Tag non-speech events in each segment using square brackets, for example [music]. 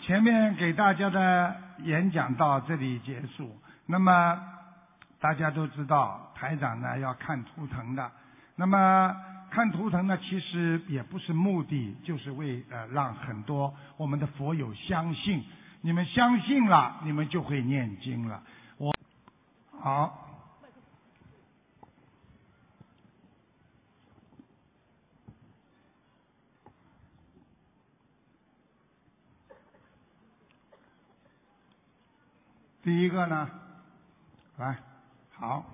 前面给大家的演讲到这里结束。那么大家都知道，台长呢要看图腾的。那么看图腾呢，其实也不是目的，就是为呃让很多我们的佛友相信。你们相信了，你们就会念经了。我好。第一个呢，来，好，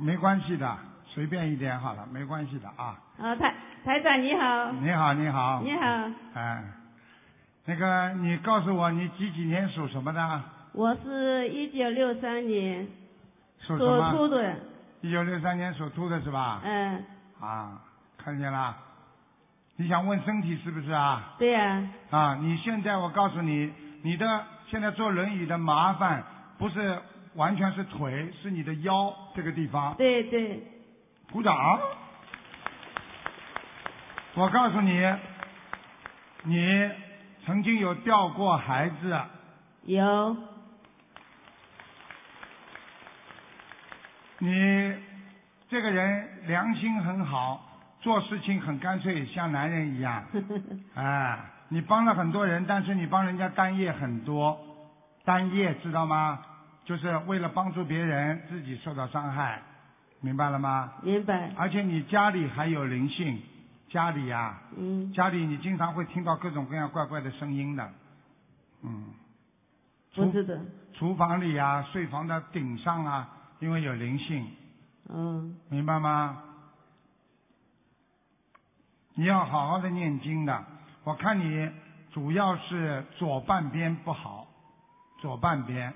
没关系的，随便一点好了，没关系的啊。啊，台台长你好，你好，你好，你好，哎，那个你告诉我你几几年属什么的？我是一九六三年属属什么兔？的，一九六三年属兔的是吧？嗯，啊，看见了。你想问身体是不是啊？对呀、啊，你现在我告诉你，你的现在坐轮椅的麻烦不是完全是腿，是你的腰这个地方。对对，鼓掌。我告诉你，你曾经有掉过孩子，有，你这个人良心很好，做事情很干脆，像男人一样。哎，你帮了很多人，但是你帮人家单业很多，单业知道吗？就是为了帮助别人，自己受到伤害，明白了吗？明白，而且你家里还有灵性，家里呀、嗯，家里你经常会听到各种各样怪怪的声音的，嗯，不厨是的，厨房里呀、睡房的顶上啊，因为有灵性，嗯，明白吗？你要好好的念经的。我看你主要是左半边不好，左半边，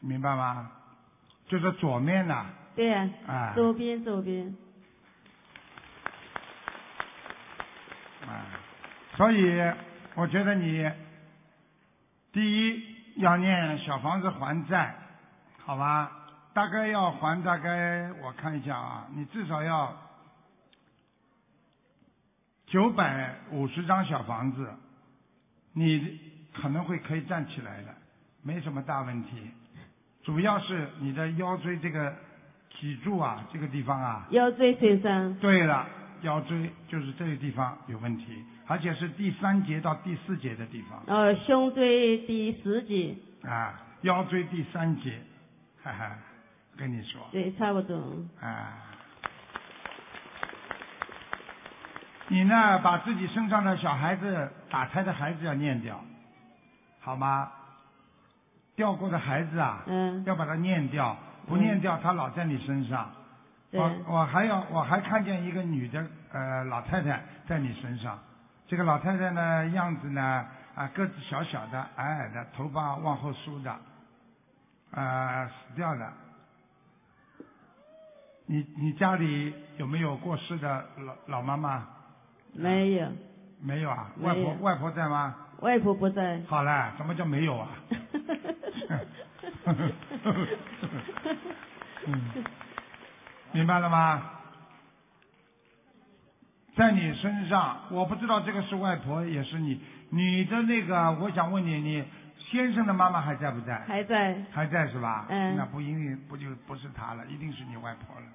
明白吗？就是左面呐、对呀、啊，周边周边，啊，所以我觉得你第一要念小房子还债，好吧？大概要还大概我看一下啊，你至少要九百五十张小房子，你可能会可以站起来的，没什么大问题。主要是你的腰椎这个脊柱啊，这个地方啊，腰椎损伤，对了，腰椎就是这个地方有问题，而且是第三节到第四节的地方呃，胸椎第十节，啊，腰椎第三节，哈哈，跟你说对，差不多，啊，你呢把自己身上的小孩子打胎的孩子要念掉，好吗？掉过的孩子啊，嗯，要把它念掉，不念掉他老在你身上。对，我我还要我还看见一个女的呃老太太在你身上，这个老太太呢样子呢啊个子小小的矮矮的，头发往后梳的，呃死掉的。你你家里有没有过世的老老妈妈？没有，没有啊，没外有婆外婆在吗？外婆不在， [laughs] 好了，什么叫没有啊？ [laughs] 嗯，明白了吗？在你身上，我不知道这个是外婆也是你，你的那个，我想问你，你先生的妈妈还在不在？还在，还在是吧？嗯那不一定不就不是她了，一定是你外婆了。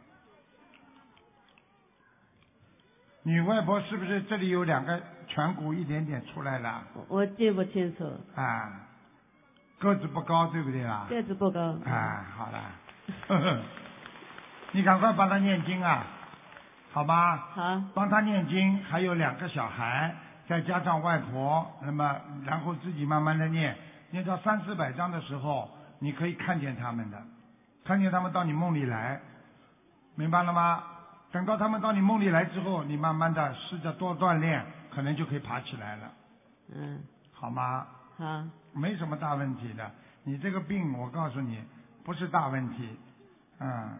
你外婆是不是这里有两个颧骨一点点出来了？我我记不清楚，啊，个子不高，对不对啦？个子不高，啊，好了，呵呵 [laughs] 你赶快帮他念经啊，好吧？好，帮他念经，还有两个小孩，再加上外婆，那么然后自己慢慢的念，念到三四百章的时候，你可以看见他们的，看见他们到你梦里来，明白了吗？等到他们到你梦里来之后，你慢慢的试着多锻炼，可能就可以爬起来了，嗯，好吗？好，没什么大问题的。你这个病，我告诉你，不是大问题。嗯。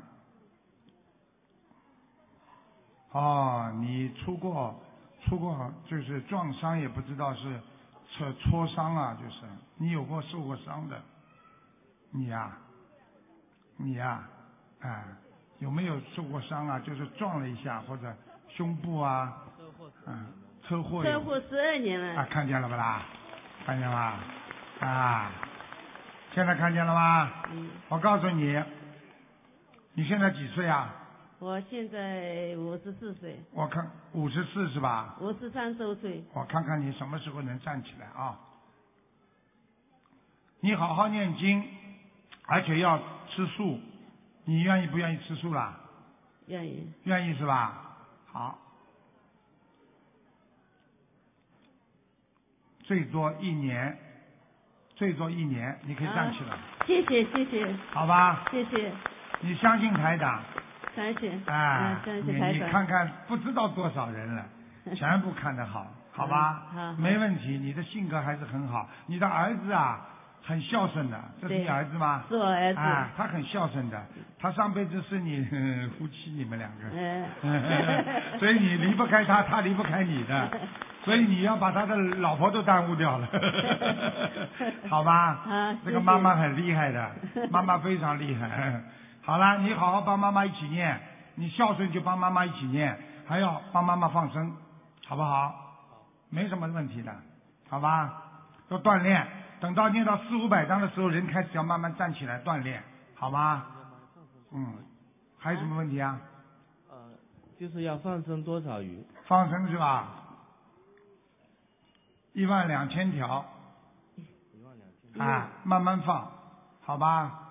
哦，你出过出过就是撞伤，也不知道是挫挫伤啊，就是你有过受过伤的，你呀、你呀、啊，有没有受过伤啊？就是撞了一下或者胸部啊，啊，车祸有车祸十二年啊嗯了，，看见了不啦？看见了吧？啊，现在看见了吧？嗯，我告诉你，你现在几岁啊？我现在五十四岁，我看五十四是吧？五十三周岁，我看看你什么时候能站起来啊！你好好念经，而且要吃素。你愿意不愿意吃素啦？愿意，愿意是吧？好，最多一年，最多一年，你可以站起来，谢谢谢谢好吧？谢谢，你相信台长，感谢，哎啊，，感你谢台你长，看看不知道多少人 [laughs] 了，全部看得好，好吧？嗯好没问题，你的性格还是很好，你的儿子啊很孝顺的，这是对你儿子吗？是我儿子，啊，他很孝顺的，他上辈子是你 [laughs] 夫妻，你们两个。哎 [laughs] 嗯所以你离不开他，他离不开你的，所以你要把他的老婆都耽误掉了，好吧？啊这谢个谢妈妈很厉害的，妈妈非常厉害。 [laughs] 好了，你好好帮妈妈一起念，你孝顺就帮妈妈一起念，还要帮妈妈放生，好不好？没什么问题的，好吧？要锻炼，等到念到四五百章的时候，人开始要慢慢站起来锻炼，好吗？嗯，还有什么问题啊？呃，就是要放生多少鱼？放生是吧？啊一万两千条一万两千。啊，慢慢放，好吧？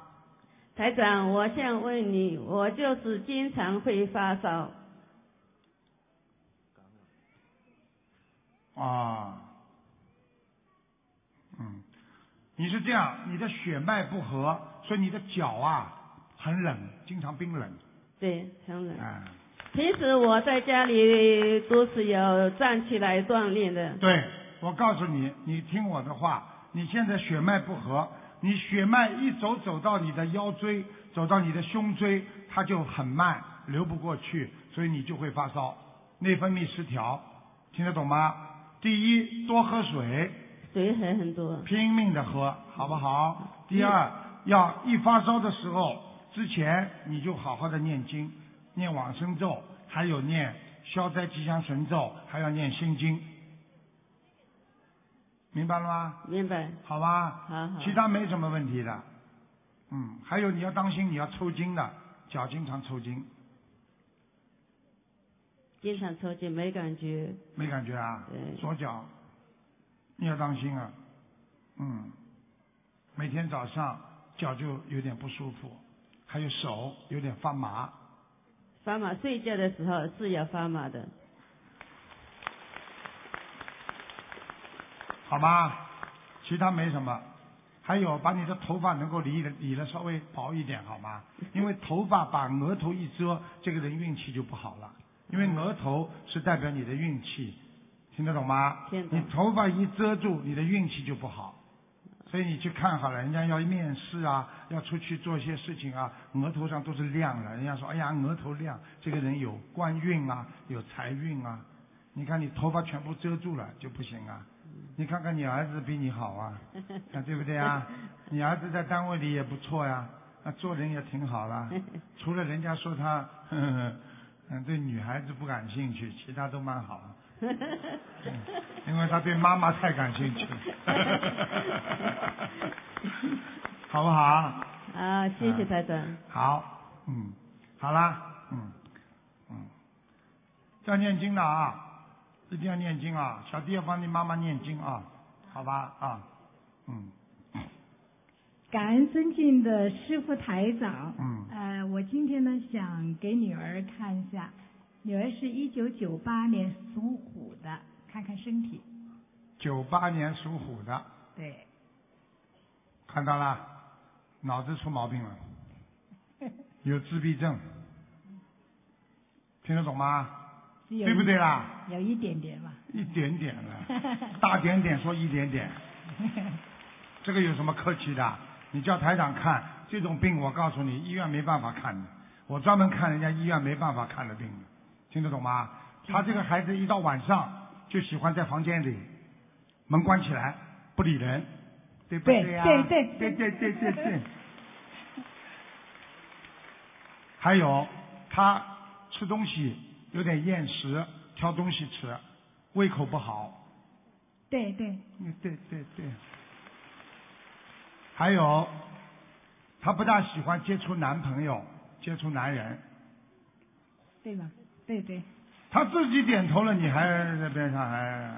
台长，我想问你，我就是经常会发烧，啊，嗯，你是这样，你的血脉不和，所以你的脚啊很冷，经常冰冷对，很冷。啊。平时我在家里都是有站起来锻炼的，对，我告诉你，你听我的话，你现在血脉不和，你血脉一走走到你的腰椎，走到你的胸椎，它就很慢，流不过去，所以你就会发烧，内分泌失调，听得懂吗？第一，多喝水，水喝很多。拼命的喝，好不好？第二，要一发烧的时候之前，你就好好的念经，念往生咒，还有念消灾吉祥神咒，还要念心经，明白了吗？明白，好吧，好嗯好。其他没什么问题的。嗯，还有你要当心，你要抽筋的，脚经常抽筋，经常抽筋没感觉，没感觉啊？对左脚，你要当心啊。嗯，每天早上脚就有点不舒服，还有手有点发麻。发麻。睡觉的时候是要发麻的。好吗？其他没什么。还有，把你的头发能够理的理的稍微薄一点，好吗？因为头发把额头一遮，这个人运气就不好了。因为额头是代表你的运气，听得懂吗？听得懂你头发一遮住，你的运气就不好。所以你去看好了，人家要面试啊，要出去做一些事情啊，额头上都是亮的。人家说，哎呀，额头亮，这个人有官运啊，有财运啊。你看你头发全部遮住了就不行啊。你看看你儿子比你好啊，啊对不对啊？你儿子在单位里也不错呀、啊，做人也挺好啦。除了人家说他，呵呵嗯，对女孩子不感兴趣，其他都蛮好。啊因为他对妈妈太感兴趣，好不好？啊，谢谢台长。好，嗯，好啦，嗯，嗯，要念经的啊，一定要念经啊，小弟要帮你妈妈念经啊，好吧啊，嗯感恩尊敬的师傅台长，嗯呃，我今天呢想给女儿看一下，女儿是一九九八年属虎的，看看身体，九八年属虎的，对，看到了，脑子出毛病了，有自闭症，听得懂吗？是有对不对啦？有一点点吧， [laughs] 一点点了，大点点说一点点，这个有什么客气的？你叫台长看这种病，我告诉你，医院没办法看的。我专门看人家医院没办法看的病的，听得懂吗？他这个孩子一到晚上就喜欢在房间里，门关起来不理人，对不对呀、对对对对对对对。还有他吃东西有点厌食，挑东西吃，胃口不好。对对，嗯，对对对。还有，她不大喜欢接触男朋友，接触男人。对吧？对对，她自己点头了，你还在边上还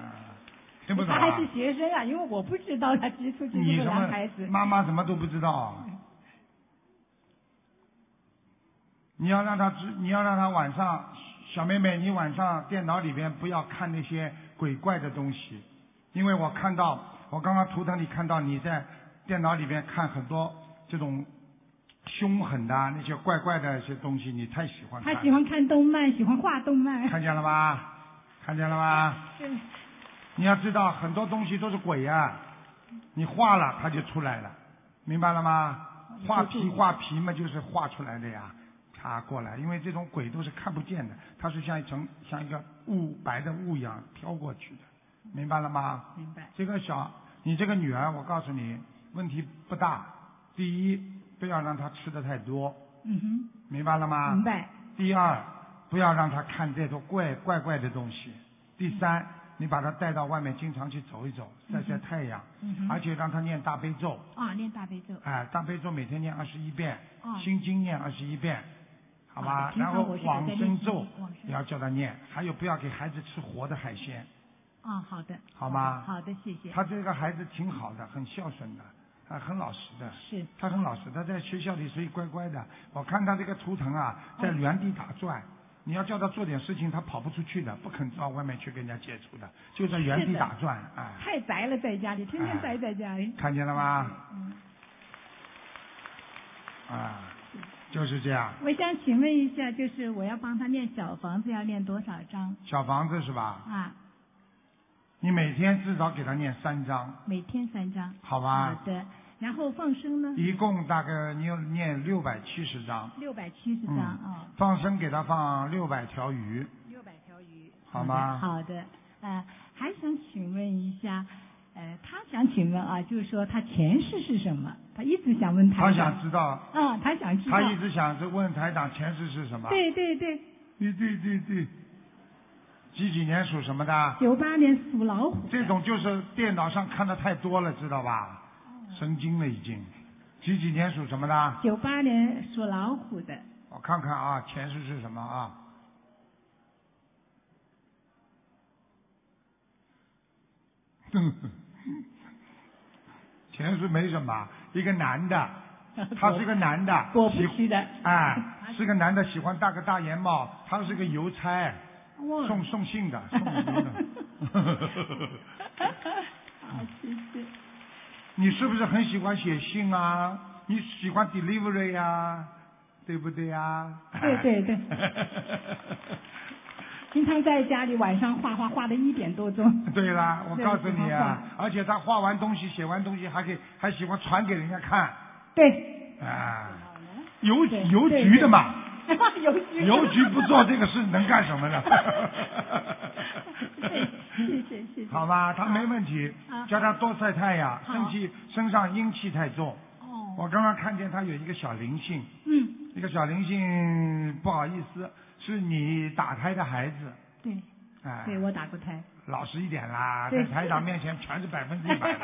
听不懂、他啊还？是学生啊，因为我不知道他接触接你什触男么孩子。嗯妈妈什么都不知道啊。你要让他知，你要让他晚上，小妹妹，你晚上电脑里边不要看那些鬼怪的东西，因为我看到，我刚刚图腾里看到你在电脑里边看很多这种凶狠的啊那些怪怪的一些东西，你太喜欢看他了。喜欢看动漫，喜欢画动漫。 [laughs] 看见了吧？看见了吧？对你要知道，很多东西都是鬼呀、你画了它就出来了，明白了吗？画皮画皮嘛，就是画出来的呀，爬过来。因为这种鬼都是看不见的，它是像一层像一个雾白的雾一样飘过去的，明白了吗？明白。这个小，你这个女儿，我告诉你，问题不大。第一，不要让她吃的太多，嗯明白了吗？哼，明白。第二，不要让他看这种怪怪怪的东西。第三，你把他带到外面，经常去走一走，晒晒太阳，嗯哼。而且让他念大悲咒。啊，念大悲咒。哎、大悲咒每天念二十一遍，啊，心经念二十一遍，好吧好？的然后平常我是有往在生咒练习往生也要叫他念，还有不要给孩子吃活的海鲜。啊，好的。好吗好的，谢谢。他这个孩子挺好的，很孝顺的，啊，很老实的。是。他很老实，他在学校里所以乖乖的。我看他这个图腾啊，嗯在原地打转。你要叫他做点事情，他跑不出去的，不肯到外面去跟人家接触的，就在原地打转啊、哎太宅了，在家里，天天哎宅在家里。看见了吗？嗯。啊，就是这样。我想请问一下，就是我要帮他念小房子，要念多少张小房子是吧？啊？你每天至少给他念三章，每天三张。好吧？好的。然后放生呢？啊一共大概你要念六百七十章，六百七十张嗯啊，放生给他放六百条鱼，六百条鱼。好吗？嗯好的，呃，还想请问一下，呃，他想请问啊，就是说他前世是什么？他一直想问他台长。想知道，啊、他想知道他。一直想是问台长前世是什么？对对对，对对对对，几几年属什么的？九八年属老虎。这。种就是电脑上看的太多了，知道吧？神经了已经。几几年属什么的？九八年属老虎的，我看看啊，前世是什么啊？ [laughs] 前世没什么，一个男的，他是个男 [laughs] 的，果不喜其然。哎，嗯是个男的，喜欢戴个大檐帽，他是个邮差，哇。送送信的，送信 [laughs] 的。好，谢谢。你是不是很喜欢写信啊？你喜欢 delivery 啊，对不对啊呀、对对对经常在家里晚上画画，画的一点多 [laughs] 钟。 [laughs] 对啦，我告诉你对啊喜欢，而且他画完东西、写完东西，还给还喜欢传给人家看对。 [laughs] 啊。邮对邮对局的嘛，邮局。？邮局不做这个事能干什么呢对谢谢谢谢啊好吧，他没问题好，叫他多晒太阳，好身体身上阴气太重。哦。我刚刚看见他有一个小灵性，嗯，一个小灵性，不好意思，是你打胎的孩子，对，哎，对我打过胎。老实一点啦，在对台长面前全是百分之一百的，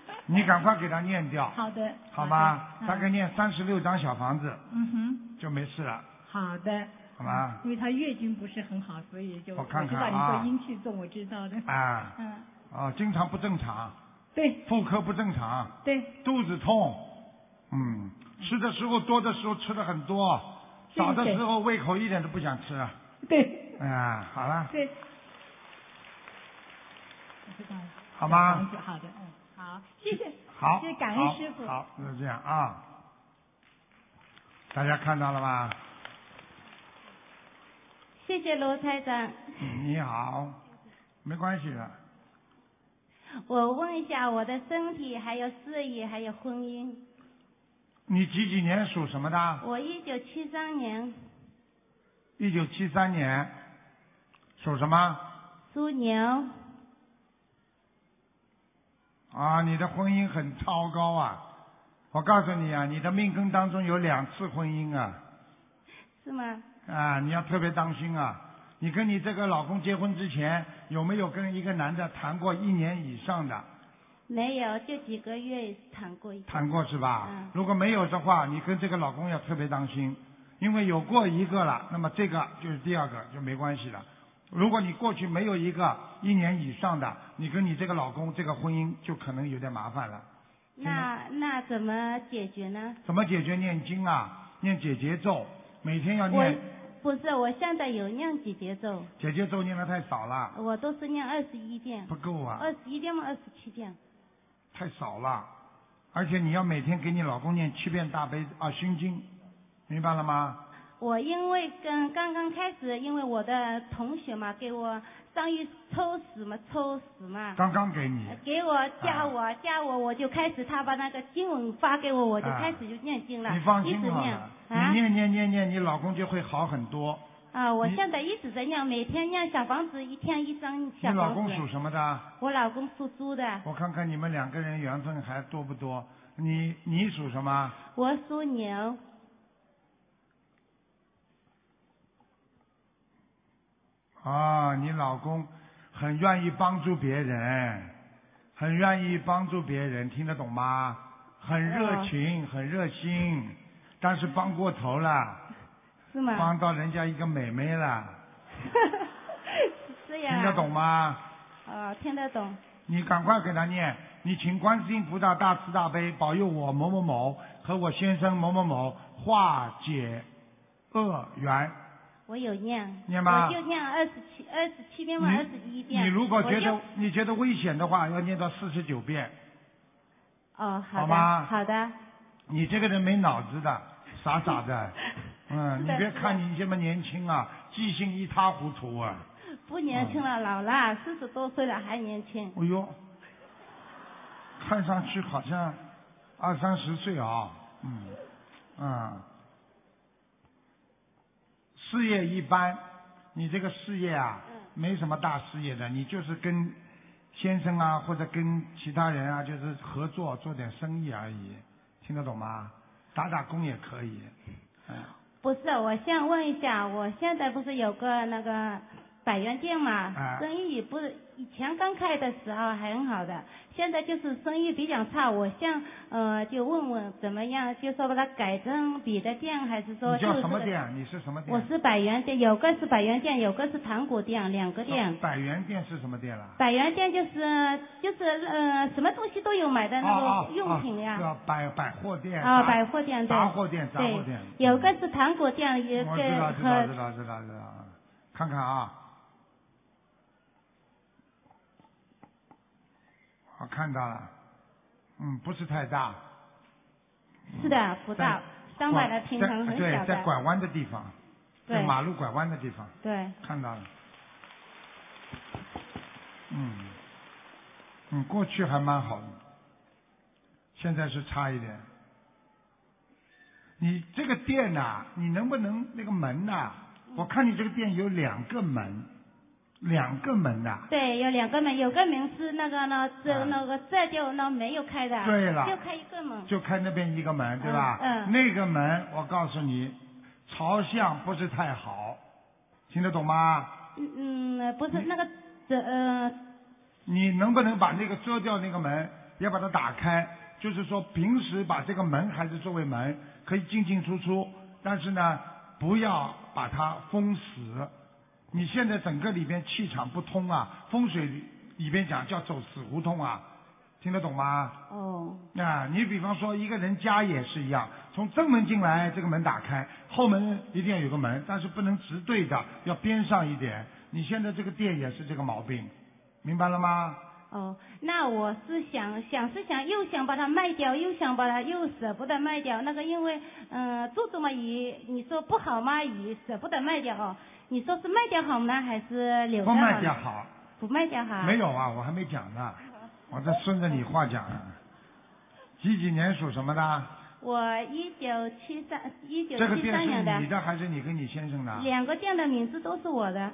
[laughs] 你赶快给他念掉，好的。好吗？好的啊大概。念三十六张小房子嗯哼，就没事了，好的。好吗？因为他月经不是很好，所以就我看看知道你啊说阴气重，我知 [laughs] 道的。啊嗯，啊，经常不正常，对妇科不正常，对，肚子痛，嗯，吃的时候多的时候吃的很多，对少的时候胃口一点都不想吃，对啊，好了，对。我知道了。好吗？好的，嗯，好，谢谢。好，谢谢感好恩师傅。好，那就这样啊，大家看到了吧？谢谢罗台长。嗯你好，没关系的。我问一下我的身体，还有事业，还有婚姻。你几几年属什么的？我一九七三年一九七三年，属什么？属牛，啊，你的婚姻很糟糕啊！我告诉你啊，你的命根当中有两次婚姻啊，是吗？啊，你要特别当心啊！你跟你这个老公结婚之前，有没有跟一个男的谈过一年以上的？没有，就几个月谈过一次。谈过是吧？嗯如果没有的话，你跟这个老公要特别当心，因为有过一个了，那么这个就是第二个就没关系了。如果你过去没有一个一年以上的，你跟你这个老公这个婚姻就可能有点麻烦了。那那怎么解决呢？怎么解决念经啊？念解结咒，每天要我念。不是，我现在有念几节咒，解结咒念的太少了，我都是念二十一遍不，够啊，二十一遍吗？二十七遍？太少了。而且你要每天给你老公念七遍大悲啊心经，明白了吗？我因为跟刚刚开始，因为我的同学嘛，给我上一抽死嘛，抽死嘛，刚刚给你。给我加啊我加我，我就开始他把那个经文发给我，我就啊开始就念经了，你放嗯一心直好念了，啊你念念念念，你老公就会好很多。啊！我你现在一直在念，每天念小房子，一天一张你小老房公子属。什么的？我老公属猪的，我看看你们两个人缘分还多不多？你你属什么？我属牛，啊，你老公很愿意帮助别人，很愿意帮助别人，听得懂吗？很热嗯情，很热心，但是帮过头了，是吗？帮到人家一个美眉了， [laughs] 是呀。听得懂吗？啊，听得懂。你赶快给他念，你请观世音菩萨大慈大悲保佑我某某某和我先生某某某化解恶缘。我有念，念吗我就念二十七、二十七遍嘛，二十一你遍。你如果觉我得就你觉得危险的话，要念到四十九遍。哦，好好的，吗好的，你这个人没脑子的，傻傻 [laughs] 的。嗯，是你的别是的看你这么年轻啊，记性一塌糊涂啊。不年轻了，老了，四十多岁了还年轻。哎呦，看上去好像二三十岁啊，嗯，嗯，事业一般，你这个事业啊，嗯没什么大事业的，你就是跟先生啊或者跟其他人啊，就是合作做点生意而已，听得懂吗？打打工也可以，嗯，不是，我想问一下，我现在不是有个那个百元店嘛，啊生意不是以前刚开的时候还很好的，现在就是生意比较差。我想呃，就问问怎么样，就说把它改成别的店，还是说你就叫是什么这个？店？你是什么我店？是百元店，有个是百元店，有个是糖果店，两个店。百元店是什么店啊啦？百元店就是就是呃什么东西都有买的那哦个哦用品呀哦，叫百百货店杂啊百货店对杂货店杂货对店，，有个是糖果店，有我知道个知道和知道知道知道，啊看看啊，我看到了，嗯，不是太大，是的不到三百拐的平在衡很对，小在的，拐弯的地方，在对马路拐弯的地方对看到了，嗯，嗯，过去还蛮好的，现在是差一点。你这个店呐、你能不能那个门呐、嗯我看你这个店有两个门，两个门呐、对，有两个门，有个门是那个呢啊这那个这就那没有开的，对了就开一个门，就开那边一个门，对吧？嗯嗯那个门，我告诉你，朝向不是太好，听得懂吗？嗯嗯不是那个这呃你能不能把那个遮掉那个门，也把它打开？就是说，平时把这个门还是作为门，可以进进出出，但是呢，不要把它封死。你现在整个里边气场不通啊，风水里边讲叫走死胡同啊，听得懂吗？哦啊，你比方说一个人家也是一样，从正门进来，这个门打开，后门一定要有个门，但是不能直对着，要边上一点。你现在这个店也是这个毛病，明白了吗？哦，那我是想想是想又想把它卖掉，又想把它又舍不得卖掉。那个因为嗯、呃做做嘛也你说不好嘛也舍不得卖掉哦。你说是卖掉好呢，还是留着不好呢？卖掉好，不卖掉好。没有啊，我还没讲呢，我这顺着你话讲啊。几几年属什么的？我一九七三一九这个七店三年是你的，的还是你跟你先生的？两个店的名字都是我的。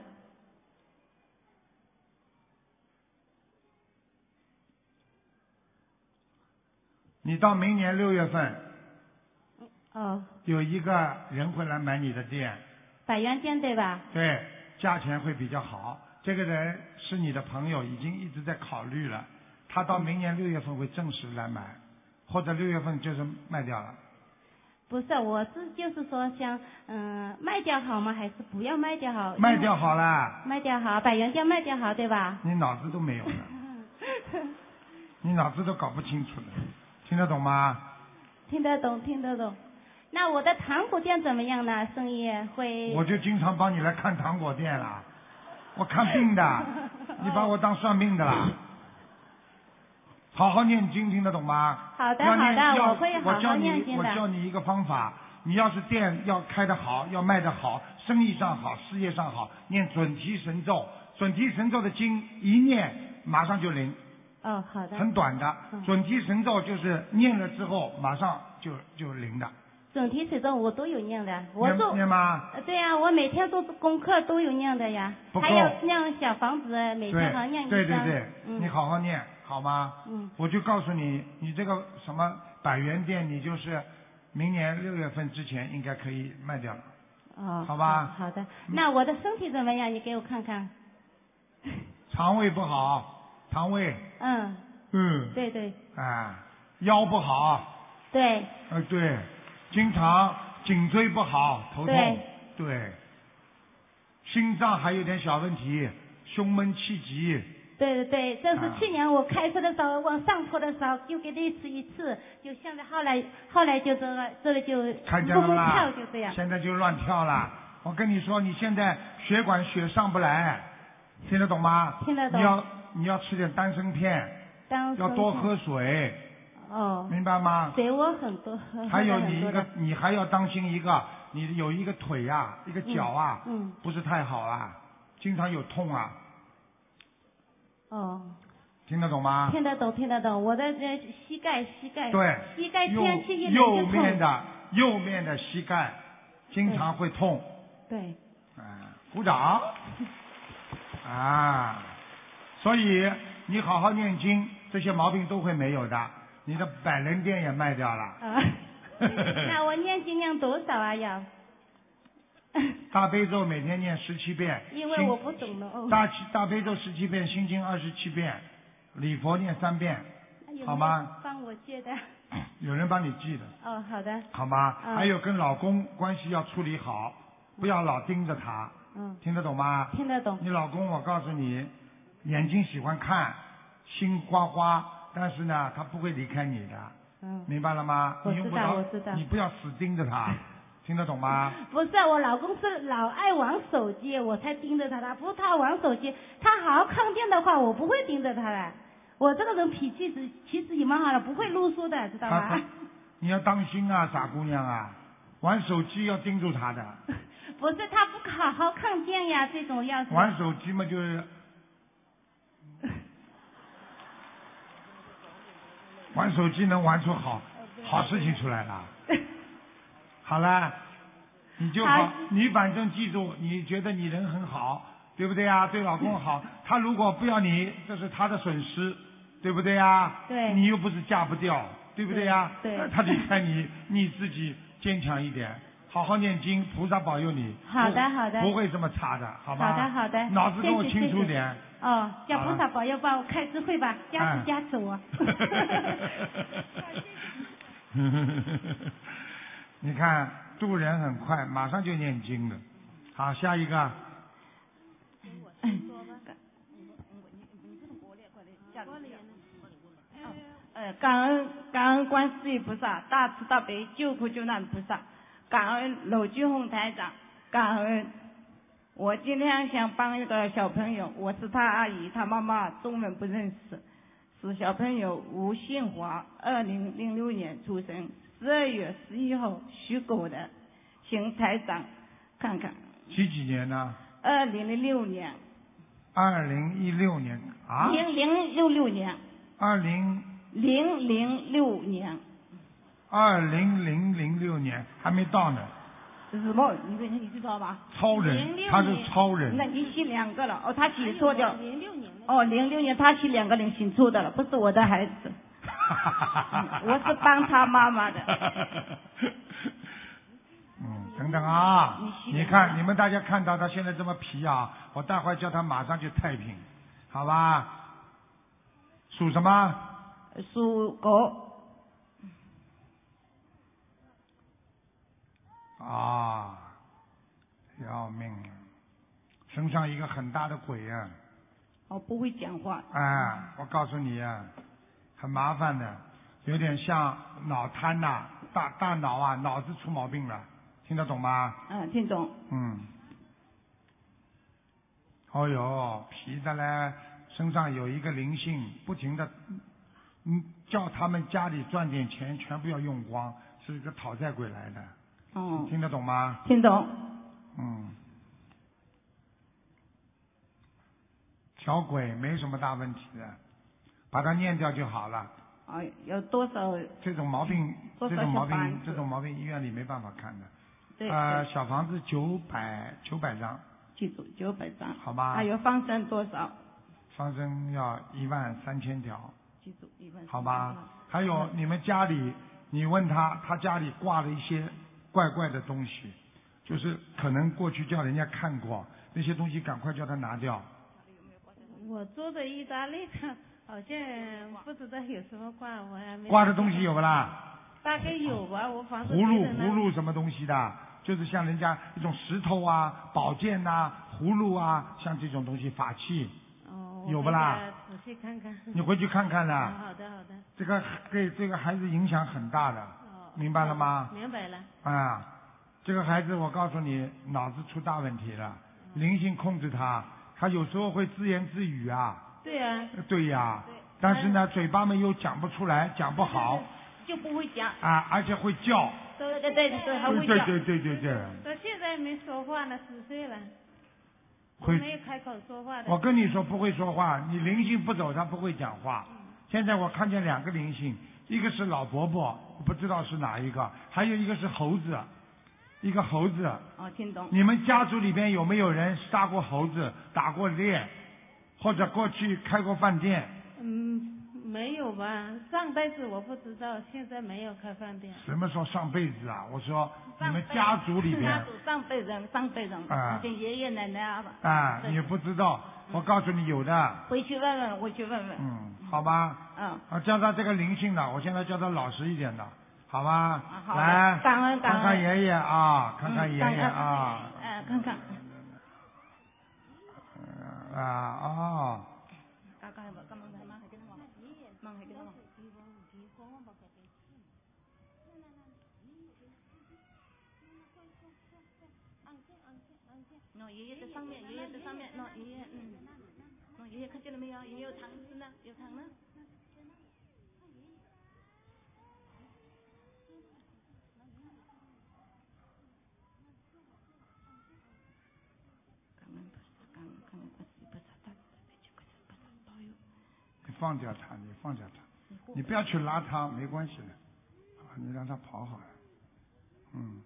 你到明年六月份哦，有一个人会来买你的店，百元店对吧？对，价钱会比较好。这个人是你的朋友，已经一直在考虑了，他到明年六月份会正式来买，或者六月份就是卖掉了。不是，我是就是说想，嗯、卖掉好吗？还是不要卖掉好？卖掉好了，卖掉好，百元店卖掉好 [laughs] 对吧？你脑子都没有了，你脑子都搞不清楚了，听得懂吗？听得懂，听得懂。那我的糖果店怎么样呢？生意会？我就经常帮你来看糖果店啦，我看病的，你把我当算命的啦。好好念经，听得懂吗？好的要念好的要我会好好我教你念经的我教你一个方法，你要是店要开得好，要卖得好，生意上好，事业上好，念准提神咒，准提神咒的经一念马上就灵，哦，好的。很短的。嗯准提神咒就是念了之后马上就就灵的，准提水咒我都有念的，我念做。念吗？呃对呀、我每天做功课都有念的呀，不够还有念小房子，每对天好像念一对对张对，嗯，你，好好念好吗？嗯，我就告诉你，你这个什么百元店，你就是明年六月份之前应该可以卖掉了。哦，好吧好的，那我的身体怎么样？你给我看看。肠胃不好，肠胃，嗯，嗯，对对啊，腰不好，对呃，对，经常颈椎不好，头痛，对，心脏还有点小问题，胸闷气急，对对对，这是啊去年我开车的时候往上坡的时候，就给他一次一次，就现在后来后来就这个这个就看见蹦了蹦啦跳就这样，。现在就乱跳了。我跟你说，你现在血管血上不来，听得懂吗？听得懂你要你要吃点丹参片，当要时多喝水，哦，明白吗？水我很多喝，还有喝得很你一多个的，你还要当心一个，你有一个腿呀、一个脚啊，嗯不是太好啊，经常有痛啊，哦，听得懂吗？听得懂听得懂，我的呃膝盖膝盖啊对，膝盖右天气一冷右就面痛，的右面的膝盖经常会痛，对，啊，鼓掌。啊，所以你好好念经，这些毛病都会没有的。你的百人店也卖掉了， [laughs] 啊，那我念经量多少啊要？ [laughs] 大悲咒每天念十七遍，因为心我不懂的哦。大七大悲咒十七遍，心经二十七遍，礼佛念三遍，那有没有好吗帮我借的。有人帮你记的，哦，好的，好吗？嗯还有跟老公关系要处理好，不要老盯着他，嗯，听得懂吗？听得懂。你老公，我告诉你，眼睛喜欢看，心花花，但是呢，他不会离开你的，嗯，明白了吗？我你用知不道着，我知道你不要死盯着 [laughs] 他，听得懂吗？不是，啊我老公是老爱玩手机，我才盯着他的。不是他玩手机，他好好看电的话，我不会盯着他的。我这个人脾气是其实也蛮好的，不会啰嗦的，知道他吧他？，你要当心啊，傻姑娘啊，玩手机要盯住他的， [laughs] 不是他不好好看电呀，这种要是玩手机嘛就是。玩手机能玩出好好事情出来了。好了，你就好好，你反正记住，你觉得你人很好，对不对啊？对老公 [laughs] 好，他如果不要你，这是他的损失，对不对啊？ [laughs] 对你又不是嫁不掉，对不对啊？对对那他离开你，你自己坚强一点，好好念经，菩萨保佑你。好的不好的不会这么差的，好吧？好的好的脑子给我谢谢清楚谢谢点。哦，叫好了菩萨保佑帮我开智慧吧，加持嗯加持 [laughs] 我。你看，渡人很快，马上就念经了。好，下一个，呃，感恩感恩观世音菩萨，大慈大悲救苦救难菩萨，感恩娄俊宏台长，感恩。我今天想帮一个小朋友，我是他阿姨，他妈妈中文不认识，是小朋友吴信华，二零零六年出生，十二月十一号属狗的，请台长看看。几几年呢？二零零六年，二零一六年啊，零零六六年，二零零零六年，二零零零六年还没到呢，什么？你你你知道吧？超人，他是超那人，你写两个了，哦，他写错掉，零六年哦，零六年他写两个人写错的了，不是我的孩子， [laughs] 嗯我是帮他妈妈的。等啊你，洗你脸看吧你们大家看到他现在这么皮啊，我待会儿叫他马上去太平，好吧？属什么？属狗，啊，要命了！身上一个很大的鬼啊！我哦不会讲话，啊，我告诉你啊，很麻烦的，有点像脑瘫呐、大大脑啊，脑子出毛病了，听得懂吗？嗯，听懂？嗯。哦哟，皮的嘞，身上有一个灵性，不停的，嗯，叫他们家里赚点钱，全部要用光，是一个讨债鬼来的，哦，听得懂吗？听懂？嗯，小鬼没什么大问题的，把它念掉就好了。啊，有多少？这种毛病，多这少种毛小房病子，这种毛病医院里没办法看的。对，呃，小房子九百九百张，记住九百张。好吧还有放生多少？放生要一万三千条，记住一万。好吧？还嗯有你们家里，你问他，他家里挂了一些怪怪的东西，就是可能过去叫人家看过那些东西，赶快叫他拿掉。我做的意大利的，好像不知道有什么挂，我还没挂的东西有不啦？大概有吧，我房子葫芦贴的那葫芦什么东西的，就是像人家一种石头啊、宝剑呐、葫芦啊，像这种东西法器，哦，有不啦？仔细看看。你回去看看好啦，好的好的，这个对这个孩子影响很大的，哦明白了吗？明白了，啊，这个孩子我告诉你，脑子出大问题了，灵性控制他，他有时候会自言自语啊，对啊，呃对呀、但是呢，嘴巴们又讲不出来，讲不好就不会讲。啊，而且会叫，对对对对，还对会对讲。对对对对。到现在没说话了，十岁了，我会没有开口说话的。我跟你说不会说话，你灵性不走，他不会讲话。现在我看见两个灵性，一个是老伯伯，我不知道是哪一个，还有一个是猴子，一个猴子。哦，听懂。你们家族里边有没有人杀过猴子、打过猎，或者过去开过饭店？嗯，没有吧？上辈子我不知道，现在没有开饭店。什么时候上辈子啊？我说你上辈们家族里家边族上辈人，上辈人，啊而且爷爷奶奶啊，啊，对你不知道，我告诉你有的，回去问问，回去问问。嗯，好吧。嗯，啊，叫他这个灵性的，我现在叫他老实一点的，好吧？啊好的来，感恩感看恩看爷爷啊，看嗯看爷感爷恩啊，嗯，看看，啊哦，刚刚干嘛干嘛？忙还给他忙。喏，爷爷在上面，爷爷在上面，喏，爷爷，嗯，喏，爷爷看见了没有？爷爷有糖吃呢，有糖呢。感恩菩萨，感恩感恩观世音菩萨，大慈大悲救苦救难保佑。你放掉他，你放掉他，你不要去拉他，没关系的，啊，你让他跑好了，嗯，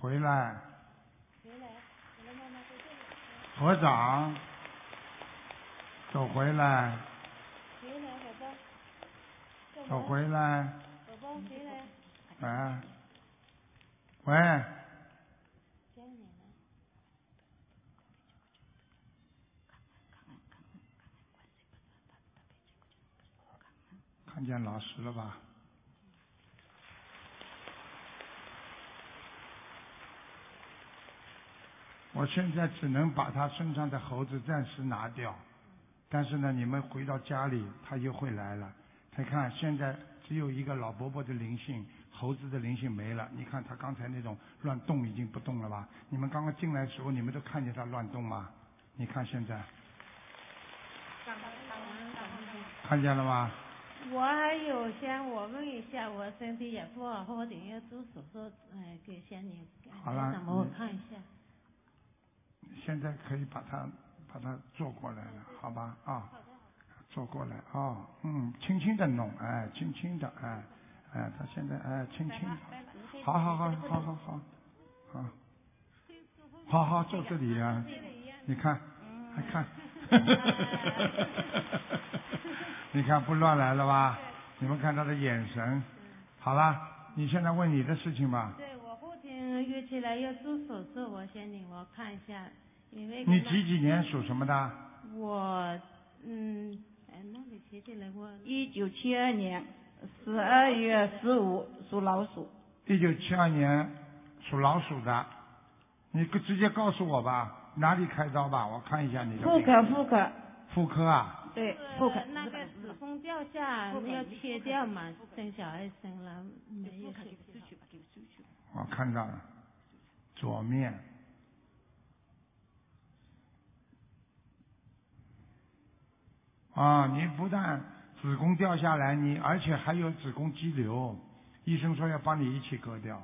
回来，合掌，走回来，走回来，来，啊喂。看见老师了吧？我现在只能把他身上的猴子暂时拿掉，但是呢，你们回到家里，他又会来了。你看，现在只有一个老伯伯的灵性，猴子的灵性没了。你看他刚才那种乱动已经不动了吧？你们刚刚进来的时候，你们都看见他乱动吗？你看现在，看见了吗？我还有想我问一下，我身体也不好，我等要做手术，哎，给仙女，好了怎么我看一下？现在可以把它把它做过来了，好吧？啊，做过来哦，嗯，轻轻的弄，哎，轻轻的，哎，哎，他现在哎，轻轻的，好好好好好好，好，好好坐这里啊，你看，还看，你看不乱来了吧？你们看他的眼神，好了，你现在问你的事情吧，对我父亲个月起来要做手术，我先领我看一下，因为你几几年属什么的？我嗯，哎，那里写起来我一九七二年十二月十五属老鼠，一九七二年属老鼠的，你直接告诉我吧，哪里开刀吧，我看一下你的妇病。科妇科，妇科啊，对妇科呃，那个子宫掉下不可要能切掉嘛，生小孩生了没有切掉我啊看到了，左面。啊，你不但子宫掉下来，你而且还有子宫肌瘤，医生说要帮你一起割掉。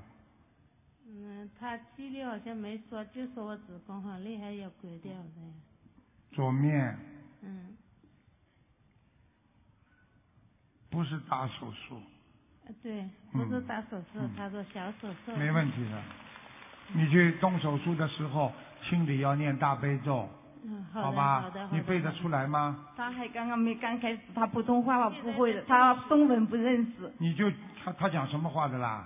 嗯，他肌瘤好像没说，就说我子宫很厉害要割掉的，左面嗯，不是大手术，呃对，不是大手术，嗯他说小手术，没问题的。你去动手术的时候，心里要念大悲咒，嗯，好好的吧？好的，好你背得出来吗？他还刚刚没刚开始，他普通话我不会的，他中文不认识，你就他他讲什么话的啦？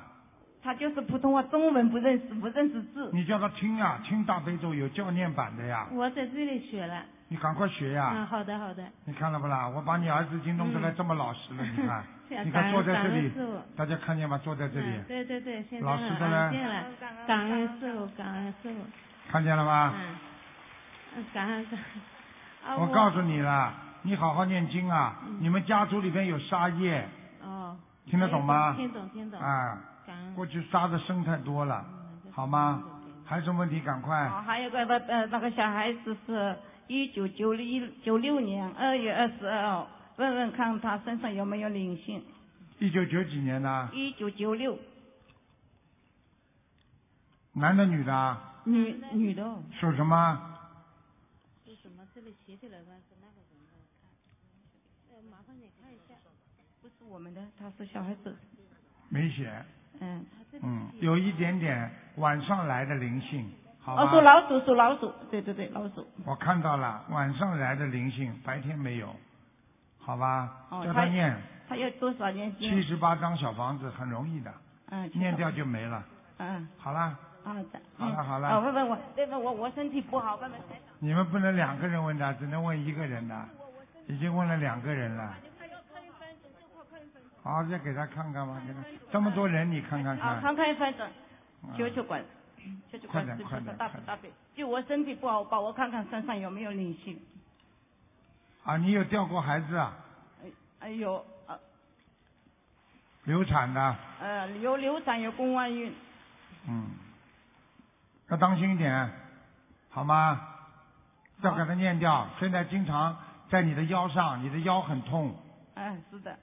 他就是普通话中文不认识，不认识字。你叫他听啊，听大悲咒有教念版的呀，我在这里学了，你赶快学呀、嗯，好的好的，你看了不啦？我把你儿子已经弄得来这么老实了，你 [laughs] 看，啊你看感坐恩在感这恩里师傅，大家看见吗？坐在这里，嗯，对对对，现在老实很的嘞安静了，感恩师傅，感恩师傅。看见了吗？嗯，嗯感恩感恩。啊，啊我告诉你了，你好好念经啊！嗯你们家族里边有杀业，哦，听得懂吗？听懂听懂。嗯啊，感恩。过去杀的生太多了，好吗？还有什么问题赶快。嗯哦，还有个那呃那个小孩子是一九九一九六年二月二十二号，问问看他身上有没有灵性。一九九几年的，一九九六，男的女的啊，女女的哦，属什么？是什么？这里写起来吧，是那个什么？呃，麻烦你看一下，不是我们的，她是小孩子，没写，嗯，他这里嗯，有一点点晚上来的灵性，好吧？哦，属老鼠，属老鼠，对对对，老鼠，我看到了，晚上来的灵性，白天没有，好吧？哦叫他他念她要多少年七经？十八张小房子，很容易的，嗯，七十念掉就没了。嗯，好啦，好的，好了嗯好了哦，问问我，问问我，我身体不好，问问台长。你们不能两个人问的，只能问一个人的，已经问了两个人了。好，再给他看看吧，给他这么多人，你看看啊，看。看看翻转，嗯求求管，求求快管点师快傅点大快悲点大悲，就我身体不好，帮我看看身上有没有灵性。啊，你有掉过孩子啊？哎呦，呃流产的，呃，有流产，有宫外孕，嗯，要当心一点，好吗？要给它念掉。现在经常在你的腰上，你的腰很痛。嗯，是的。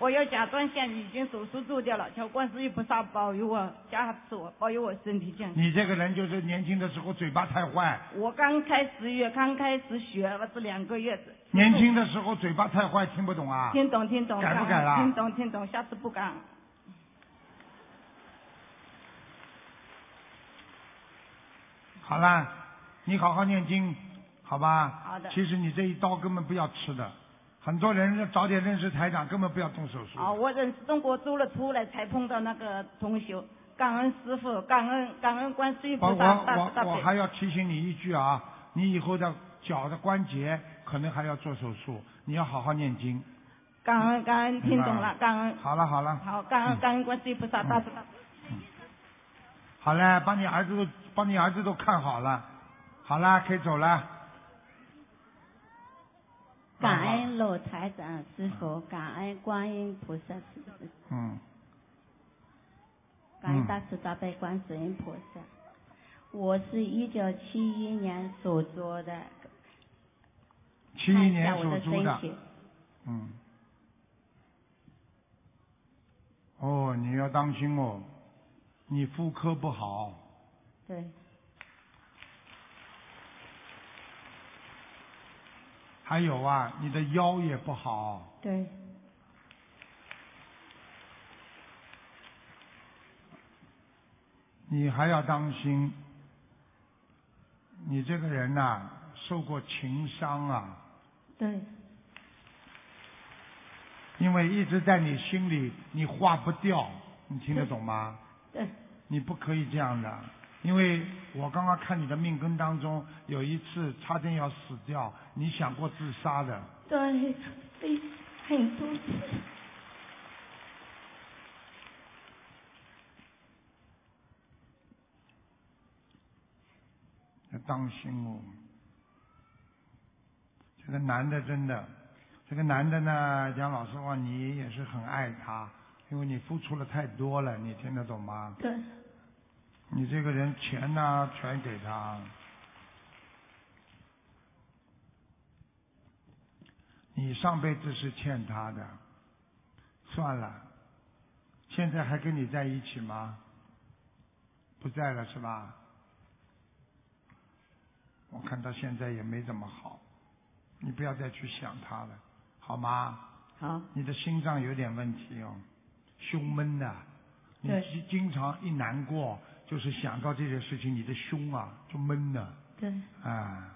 我有甲状腺已经手术做掉了，求观世音菩萨保佑我，加持我，保佑我身体健康。你这个人就是年轻的时候嘴巴太坏，我刚开始学，刚开始学，我是两个月子。年轻的时候嘴巴太坏，听不懂啊？听懂听懂，改不改啦听懂听懂，下次不啊敢。好啦，你好好念经，好吧？好的其实你这一刀根本不要吃的，很多人早点认识台长，根本不要动手术。啊，我认识中国走了出来才碰到那个同学，感恩师傅，感恩感恩观世音我菩萨大啊我慈大我我还悲。要提醒你一句啊，你以后的脚的关节可能还要做手术，你要好好念经。感恩感嗯恩，听懂了，感恩。好了好了，好，感嗯恩感恩观世音菩萨大慈大悲。好了，把你儿子都把你儿子都看好了，好了，可以走了。感恩鲁台长师傅，感恩观音菩萨师父，嗯，感恩大慈大悲观世音菩萨。我是一九七一年属猪的，七看一一下年我属猪身的，体。嗯。哦，你要当心哦，你妇科不好，对，还有啊，你的腰也不好。对，你还要当心，你这个人呐、受过情伤啊，对，因为一直在你心里，你化不掉，你听得懂吗？对，你不可以这样的，因为我刚刚看你的命根当中有一次差点要死掉，你想过自杀的，对，非很多次。要当心哦。这个男的真的，这个男的呢，讲老实话，你也是很爱他，因为你付出了太多了，你听得懂吗？对，你这个人钱呐、全给他。你上辈子是欠他的，算了，现在还跟你在一起吗？不在了是吧？我看他现在也没怎么好，你不要再去想他了，好吗？好，你的心脏有点问题哦，胸闷呐、你对经经常一难过，就是想到这件事情，你的胸啊就闷了。对，啊，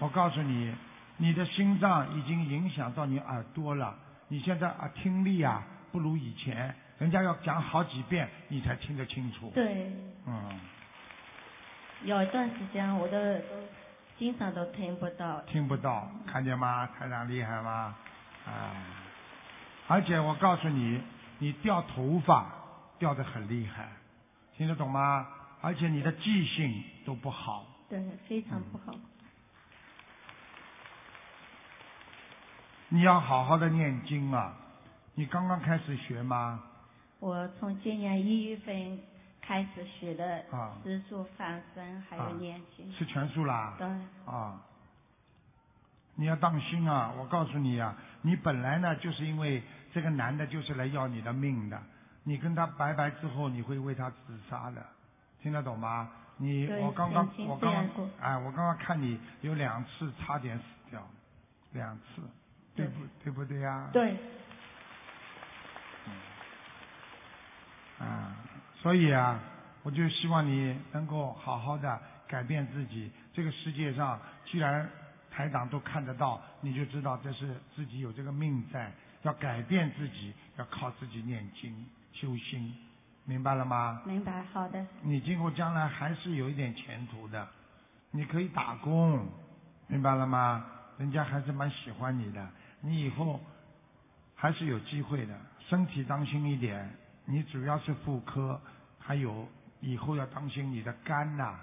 我告诉你，你的心脏已经影响到你耳朵了，你现在啊听力啊不如以前，人家要讲好几遍你才听得清楚。对，嗯，有一段时间我的耳朵经常都听不到。听不到，看见吗？台长厉害吗？啊，而且我告诉你，你掉头发掉得很厉害，听得懂吗？而且你的记性都不好，对，非常不嗯好。你要好好的念经啊！你刚刚开始学吗？我从今年一月份开始学的啊吃素、放生，还啊有念经。吃全素啦？对，啊，你要当心啊！我告诉你啊，你本来呢就是因为这个男的就是来要你的命的，你跟他拜拜之后，你会为他自杀的，听得懂吗？你对我刚刚曾经我刚这刚样过哎，我刚刚看你有两次差点死掉，两次，对不对不对呀、啊？对，啊，所以啊，我就希望你能够好好的改变自己。这个世界上，既然台长都看得到，你就知道这是自己有这个命在，要改变自己，要靠自己念经修心，明白了吗？明白，好的，你今后将来还是有一点前途的，你可以打工，明白了吗？人家还是蛮喜欢你的，你以后还是有机会的。身体当心一点，你主要是妇科，还有以后要当心你的肝呐、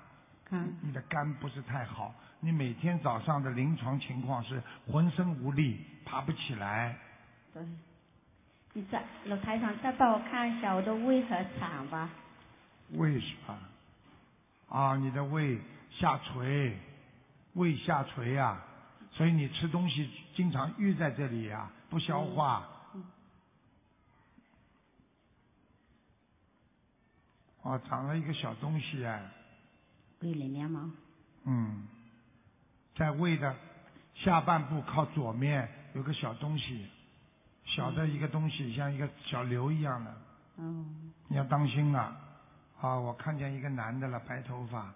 嗯，你的肝不是太好，你每天早上的临床情况是浑身无力，爬不起来。对。你再老台长再帮我看一下我的胃和肠吧。胃是吧？啊，你的胃下垂，胃下垂啊，所以你吃东西经常郁在这里啊，不消化。哦，长了一个小东西哎、胃里面吗？嗯，在胃的下半部靠左面有个小东西，小的一个东西，像一个小瘤一样的。嗯，你要当心了。啊，我看见一个男的了，白头发，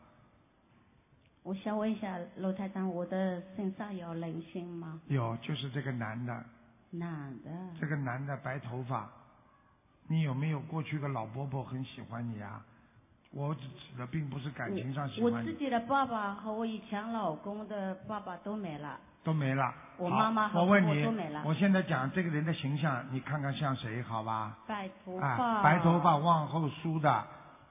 我想问一下楼台长，我的身上有人性吗？有，就是这个男的，男的，这个男的白头发，你有没有过去个老伯伯很喜欢你啊？我指的并不是感情上喜我欢自你，己的爸爸和我以前老公的爸爸都没了。都没了。我好妈妈和我问你我都没了，我现在讲这个人的形象，你看看像谁，好吧？白头啊，发，白头发往后梳的，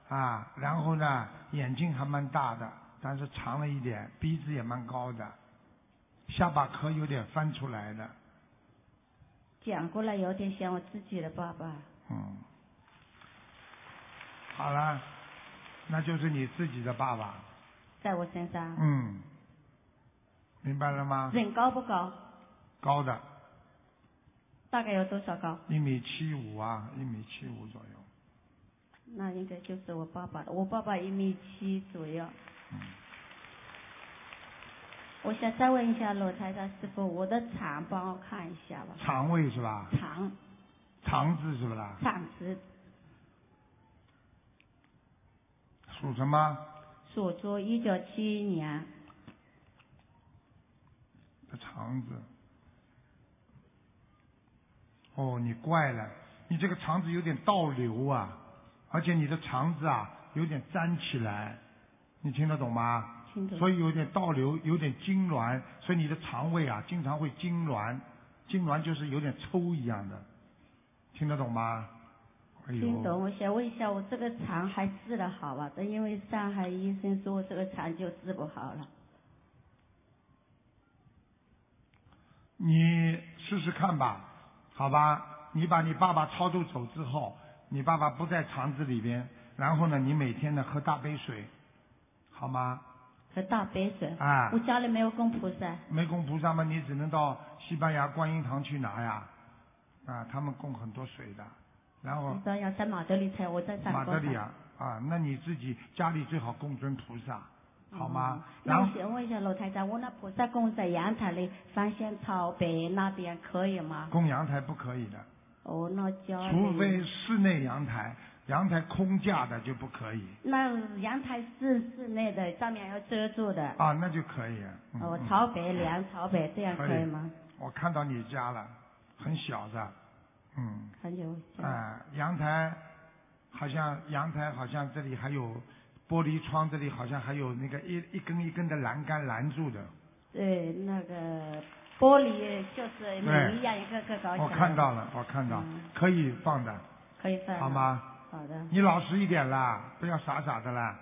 啊，然后呢，眼睛还蛮大的，但是长了一点，鼻子也蛮高的，下巴壳有点翻出来的，讲过来有点像我自己的爸爸。嗯，好了，那就是你自己的爸爸，在我身上。嗯，明白了吗？人高不高？高的，大概有多少高？一米七五啊，一米七五左右，那应该就是我爸爸了。我爸爸一米七左右。嗯我想再问一下罗台长师傅，我的肠帮我看一下吧。肠胃是吧？肠肠子是不啦？肠子属什么？属猪，一九七一年，的肠子。哦，你怪了，你这个肠子有点倒流啊，而且你的肠子啊有点粘起来，你听得懂吗？听嗯懂所以有点倒流，有点痉挛，所以你的肠胃啊经常会痉挛，痉挛就是有点抽一样的，听得懂吗？哎呦，听懂，我想问一下，我这个肠还治得好吧？但因为上海医生说我这个肠就治不好了。你试试看吧，好吧？你把你爸爸超度走之后，你爸爸不在肠子里边，然后呢，你每天呢喝大杯水，好吗？和大杯水。啊我家里没有供菩萨，没供菩萨嘛，你只能到西班牙观音堂去拿呀，啊，他们供很多水的，然后你知道要在马德里才，我在上马海德里啊，啊，那你自己家里最好供尊菩萨，好吗？然嗯那后我想问一下罗台长，我那菩萨供在阳台里，放仙草北那边可以吗？供阳台不可以的，哦，那家里除非室内阳台，阳台空架的就不可以那阳台是室内的，上面要遮住的。啊，那就可以。嗯、哦嗯，朝北凉朝北，这样可以可以吗？我看到你家了，很小的，嗯，很久哎、阳台好像阳台好像这里还有玻璃窗，这里好像还有那个一一根一根的栏杆拦住的，对，那个玻璃就是门一样一个个搞起来。我看到了，我看到，嗯可以放的，可以算了好？吗？好的，你老实一点啦，不要傻傻的啦。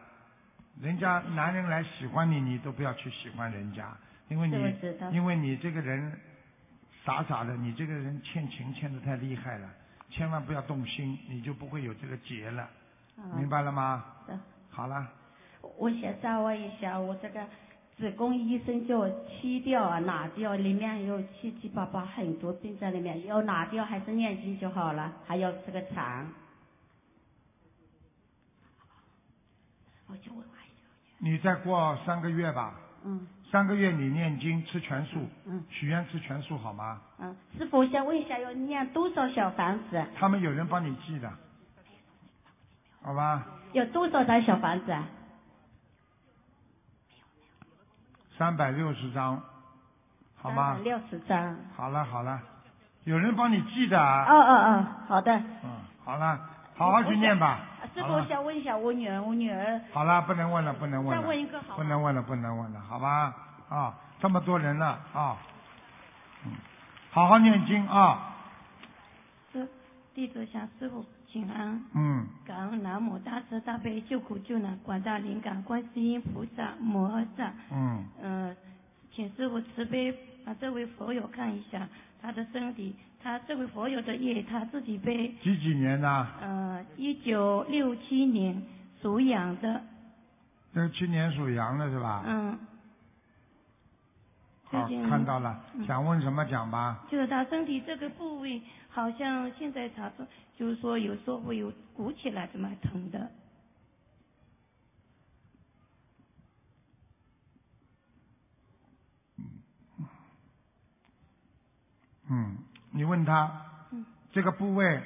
人家男人来喜欢你，你都不要去喜欢人家，因为这我你知道因为你这个人傻傻的，你这个人欠情欠的太厉害了，千万不要动心，你就不会有这个结了，啊明白了吗？好的好了，我想再问一下，我这个子宫医生叫我切掉啊，拿掉，里面有七七八八很多病在里面，要拿掉还是念经就好了？还有这个肠，我就问阿姨，你再过三个月吧，嗯三个月你念经吃全素，嗯许愿吃全素好吗？嗯，师傅，我想问一下，要念多少小房子？他们有人帮你记的，好吧？有多少张小房子啊？三百六十张，好吗？啊六十张。好了好了，有人帮你记的哦啊。哦哦，好的。嗯，好了，好好去念吧。师好傅，我了，想问一下我女儿，我女儿好了，不能问了，不能问再了，问一个好不吗？能问了，不能问了，好吧？啊，这么多人了啊，嗯，好好念经啊，弟子向师傅请安。嗯，感恩南无大慈大悲救苦救难广大灵感观世音菩萨摩诃萨。嗯，呃，请师傅慈悲把这位佛友看一下他的身体，他这位佛友的业他自己背。几几年呢？呃，一九六七年属羊的，这个去年属羊的是吧？嗯，好，最近看到了，嗯想问什么讲吧？就是他身体这个部位好像现在查出，就是说有时候会有鼓起来，这么疼的。嗯，你问他，嗯这个部位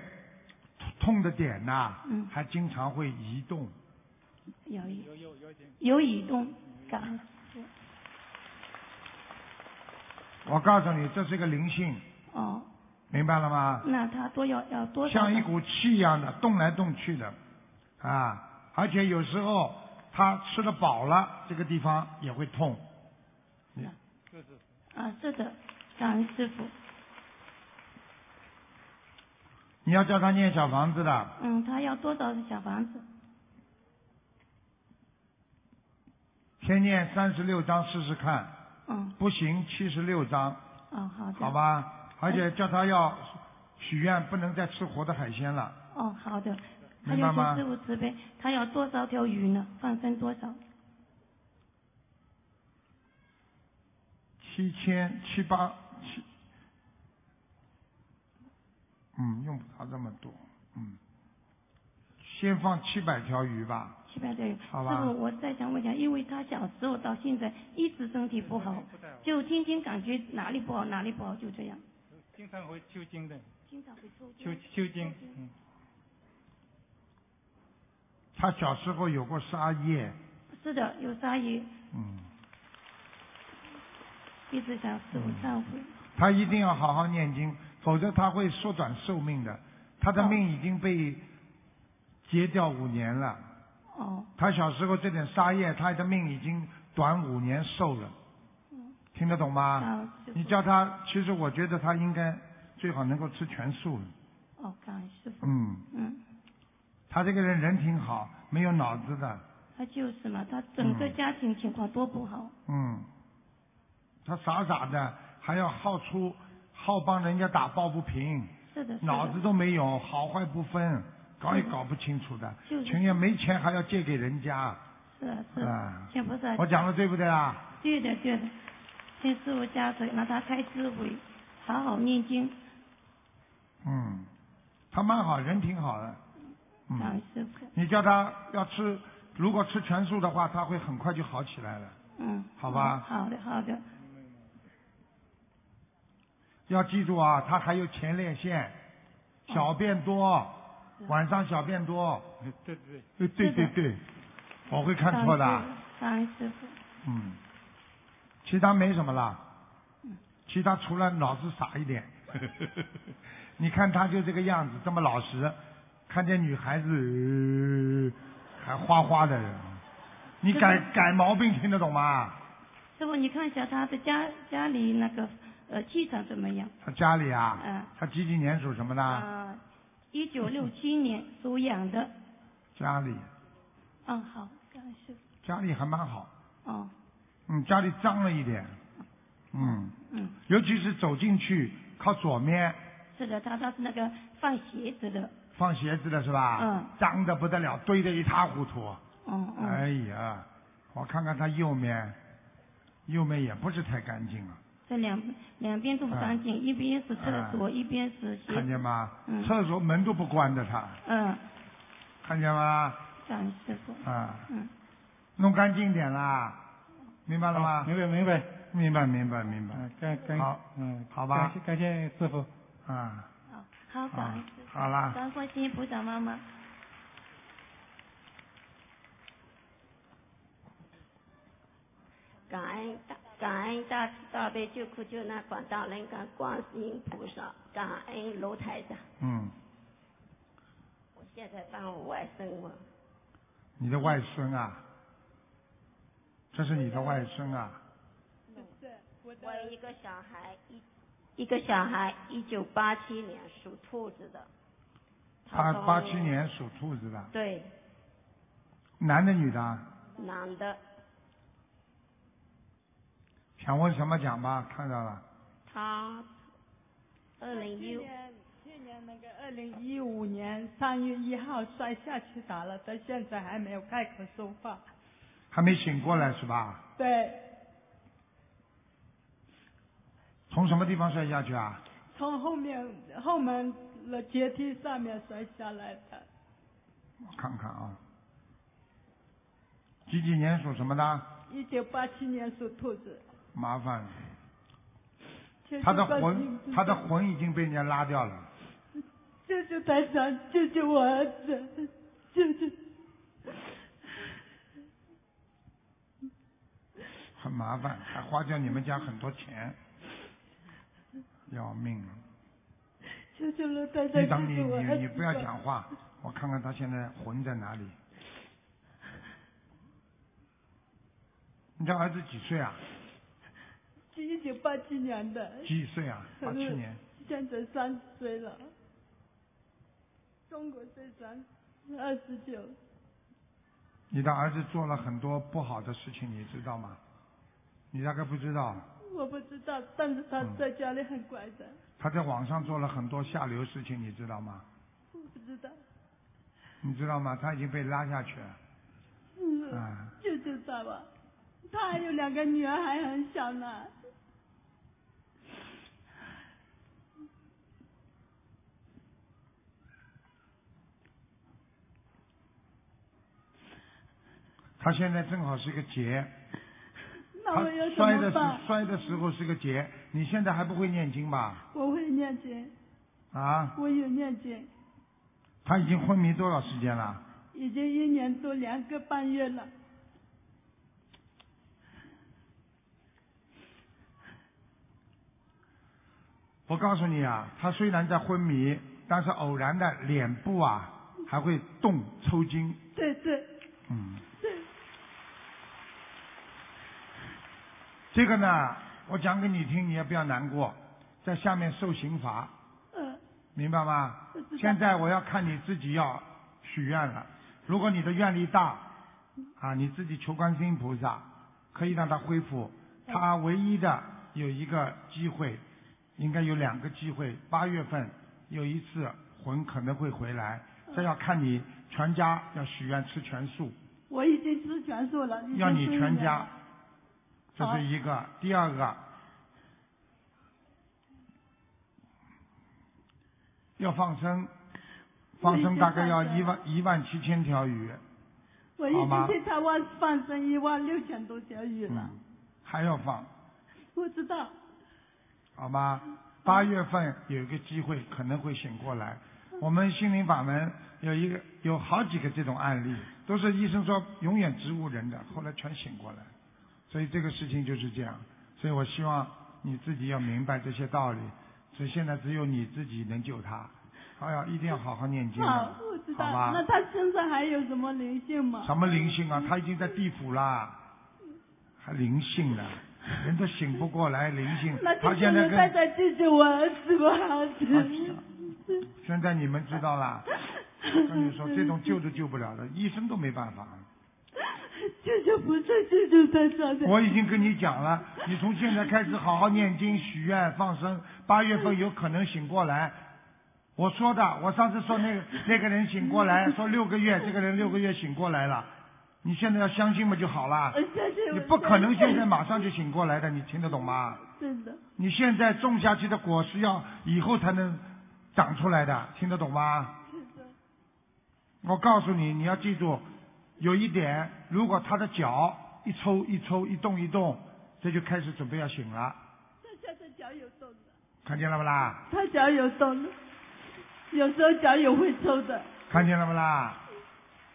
痛的点呐、嗯还经常会移动，有有有有移动，感嗯恩师父我告诉你，这是个灵性，哦，明白了吗？那他多要要多少？像一股气一样的动来动去的，啊，而且有时候他吃了饱了，这个地方也会痛。啊，是的，感恩师傅。你要叫他念小房子的，嗯，他要多少小房子？先念三十六章试试看，嗯，不行七十六章，哦，好的。哎好。吧？而且叫他要许愿，不能再吃活的海鲜了。哦，好的。还明白有吗请师傅慈悲，他要多少条鱼呢？放生多少？七千七八七，嗯，用不着这么多，嗯，先放七百条鱼吧。七百条鱼。好吧师傅，我再想问一下，因为他小时候到现在一直身体不好，嗯就天天感觉哪里不好哪里不好，就这样。经常会抽筋的，经常会抽筋。抽抽筋，嗯，他小时候有过沙叶，是的，有鲨鱼，嗯，一直嗯想师傅忏悔。他一定要好好念经，否则他会缩短寿命的。他的命已经被截掉五年了。哦，他小时候这点杀业，他的命已经短五年寿了。听得懂吗？啊，嗯师你傅，叫他，其实我觉得他应该最好能够吃全素了。哦，感恩师傅，嗯，嗯，他这个人人挺好，没有脑子的。他就是嘛，他整个嗯家庭情况多不好，嗯，他傻傻的，还要好出，好帮人家打抱不平，是 [laughs] 的，是的脑子都没有，好坏不分，搞也搞不清楚的。嗯就是情愿没钱还要借给人家，是的是啊的，全部是我讲的对不对啊？对的对的，请师傅加持，让他开智慧，好好念经，嗯，他蛮好，人挺好的。感嗯恩，师傅，你叫他要吃，如果吃全素的话，他会很快就好起来了。嗯，好吧好的好的，要记住啊，他还有前列腺，哦小便多，晚上小便多。对对对，哎，对对对，我会看错的。啊感恩师傅，嗯，其他没什么啦，其他除了脑子傻一点。 [laughs] 你看他就这个样子，这么老实，看见女孩子、呃还花花的，你改改毛病听得懂吗？师傅你看一下他的家家里那个呃气场怎么样？他家里啊，嗯他几几年属什么的？啊，一九六七年属羊的，家里嗯好，感恩师家里还蛮好，傅，哦，嗯，家里脏了一点，嗯，嗯。尤其是走进去靠左面是的，他他是那个放鞋子的，放鞋子的是吧？嗯，脏的不得了，堆得一塌糊涂。嗯嗯，哎呀，我看看他右面，右面也不是太干净啊，这两两边都不干净，一边是厕所，一边是鞋看子，见吗？嗯厕所门都不关的他，嗯，看见吗？感恩师傅，啊，嗯，弄干净点啦，明白了啊吗？明白明白，明白，明白，明白。啊，感感好，嗯，好吧感谢感谢师傅，啊，好，好，感恩啊师傅，好啦，感恩观世音菩萨妈妈，感恩大感恩大慈大悲救苦救难广大灵感观世音菩萨，感恩卢台长。嗯，我现在帮我外甥嘛，你的外孙啊，这是你的外孙啊，我有一个小孩一一个小孩，一九八七年属兔子的。八他从八七。年属兔子的，对，男的女的啊？男的，想问什么讲吧，看到了，他二零一去年去年那个二零一五年三月一号摔下去打了，到现在还没有开口说话。还没醒过来是吧？对，从什么地方摔下去啊？从后面后门的阶梯上面摔下来的，我看看啊，几几年属什么的？一九八七年属兔子。麻烦了，求求他的观世魂音菩，萨他的魂已经被人家拉掉了。救救台长，救救我儿子，救救。很麻烦，还花掉你们家很多钱，要命了！求求了，台长你等你救救我儿你子你不要讲话，我看看他现在魂在哪里。你家儿子几岁啊？一九八七年的，几岁啊？八七年，现在三十岁了，中国队长二十九，你的儿子做了很多不好的事情，你知道吗？你大概不知道，我不知道，但是嗯他在家里很乖的，他在网上做了很多下流事情，你知道吗？我不知道，你知道吗？他已经被拉下去了。嗯，啊，就知道吧，他还有两个女儿还很小呢，他现在正好是个劫，那他我要摔怎的么办时？摔的时候是个劫。你现在还不会念经吧？我会念经，啊，我有念经，他已经昏迷多少时间了？已经一年多两个半月了，我告诉你啊，他虽然在昏迷，但是偶然的脸部啊还会动抽筋，对对，嗯，这个呢，我讲给你听，你也不要难过，在下面受刑罚，嗯，明白吗我知道？现在我要看你自己要许愿了，如果你的愿力大，啊，你自己求观世音菩萨，可以让他恢复。他唯一的有一个机会，应该有两个机会。八月份有一次魂可能会回来，嗯这要看你全家要许愿吃全素，我已经吃全素了，已经要你吃一全年家了，，这是一个。第二个，要放生，放生啊大概要一万一万七千条鱼，我已好吗经在台湾放生一万六千多条鱼了，嗯还要放，我知道，好吗？八月份有一个机会可能会醒过来。我们心灵法门有一个有好几个这种案例，都是医生说永远植物人的，后来全醒过来。所以这个事情就是这样。所以我希望你自己要明白这些道理。所以现在只有你自己能救他。哎呀，一定要好好念经啊、好，我知道。好吧那他身上还有什么灵性吗？什么灵性啊？他已经在地府啦，还灵性呢？人都醒不过来，灵性那。就他现在是太跟太记住我儿子，我儿子。啊现在你们知道啦。跟你说，这种救都救不了的，医生都没办法。舅舅不是舅舅在上面。我已经跟你讲了，你从现在开始好好念经、许愿、放生，八月份有可能醒过来。我说的，我上次说那个那个人醒过来，说六个月，这个人六个月醒过来了。你现在要相信嘛就好了我，相 [laughs] 信我你不可能现在相信马上就醒过来的，你听得懂吗？ [laughs] 真的，你现在种下去的果是要以后才能长出来的，听得懂吗？我告诉你，你要记住，有一点，如果他的脚一抽一抽一动一动，这就开始准备要醒了，他现在脚有动的，看见了不啦？他脚有动的，有时候脚也会抽的。看见了不啦？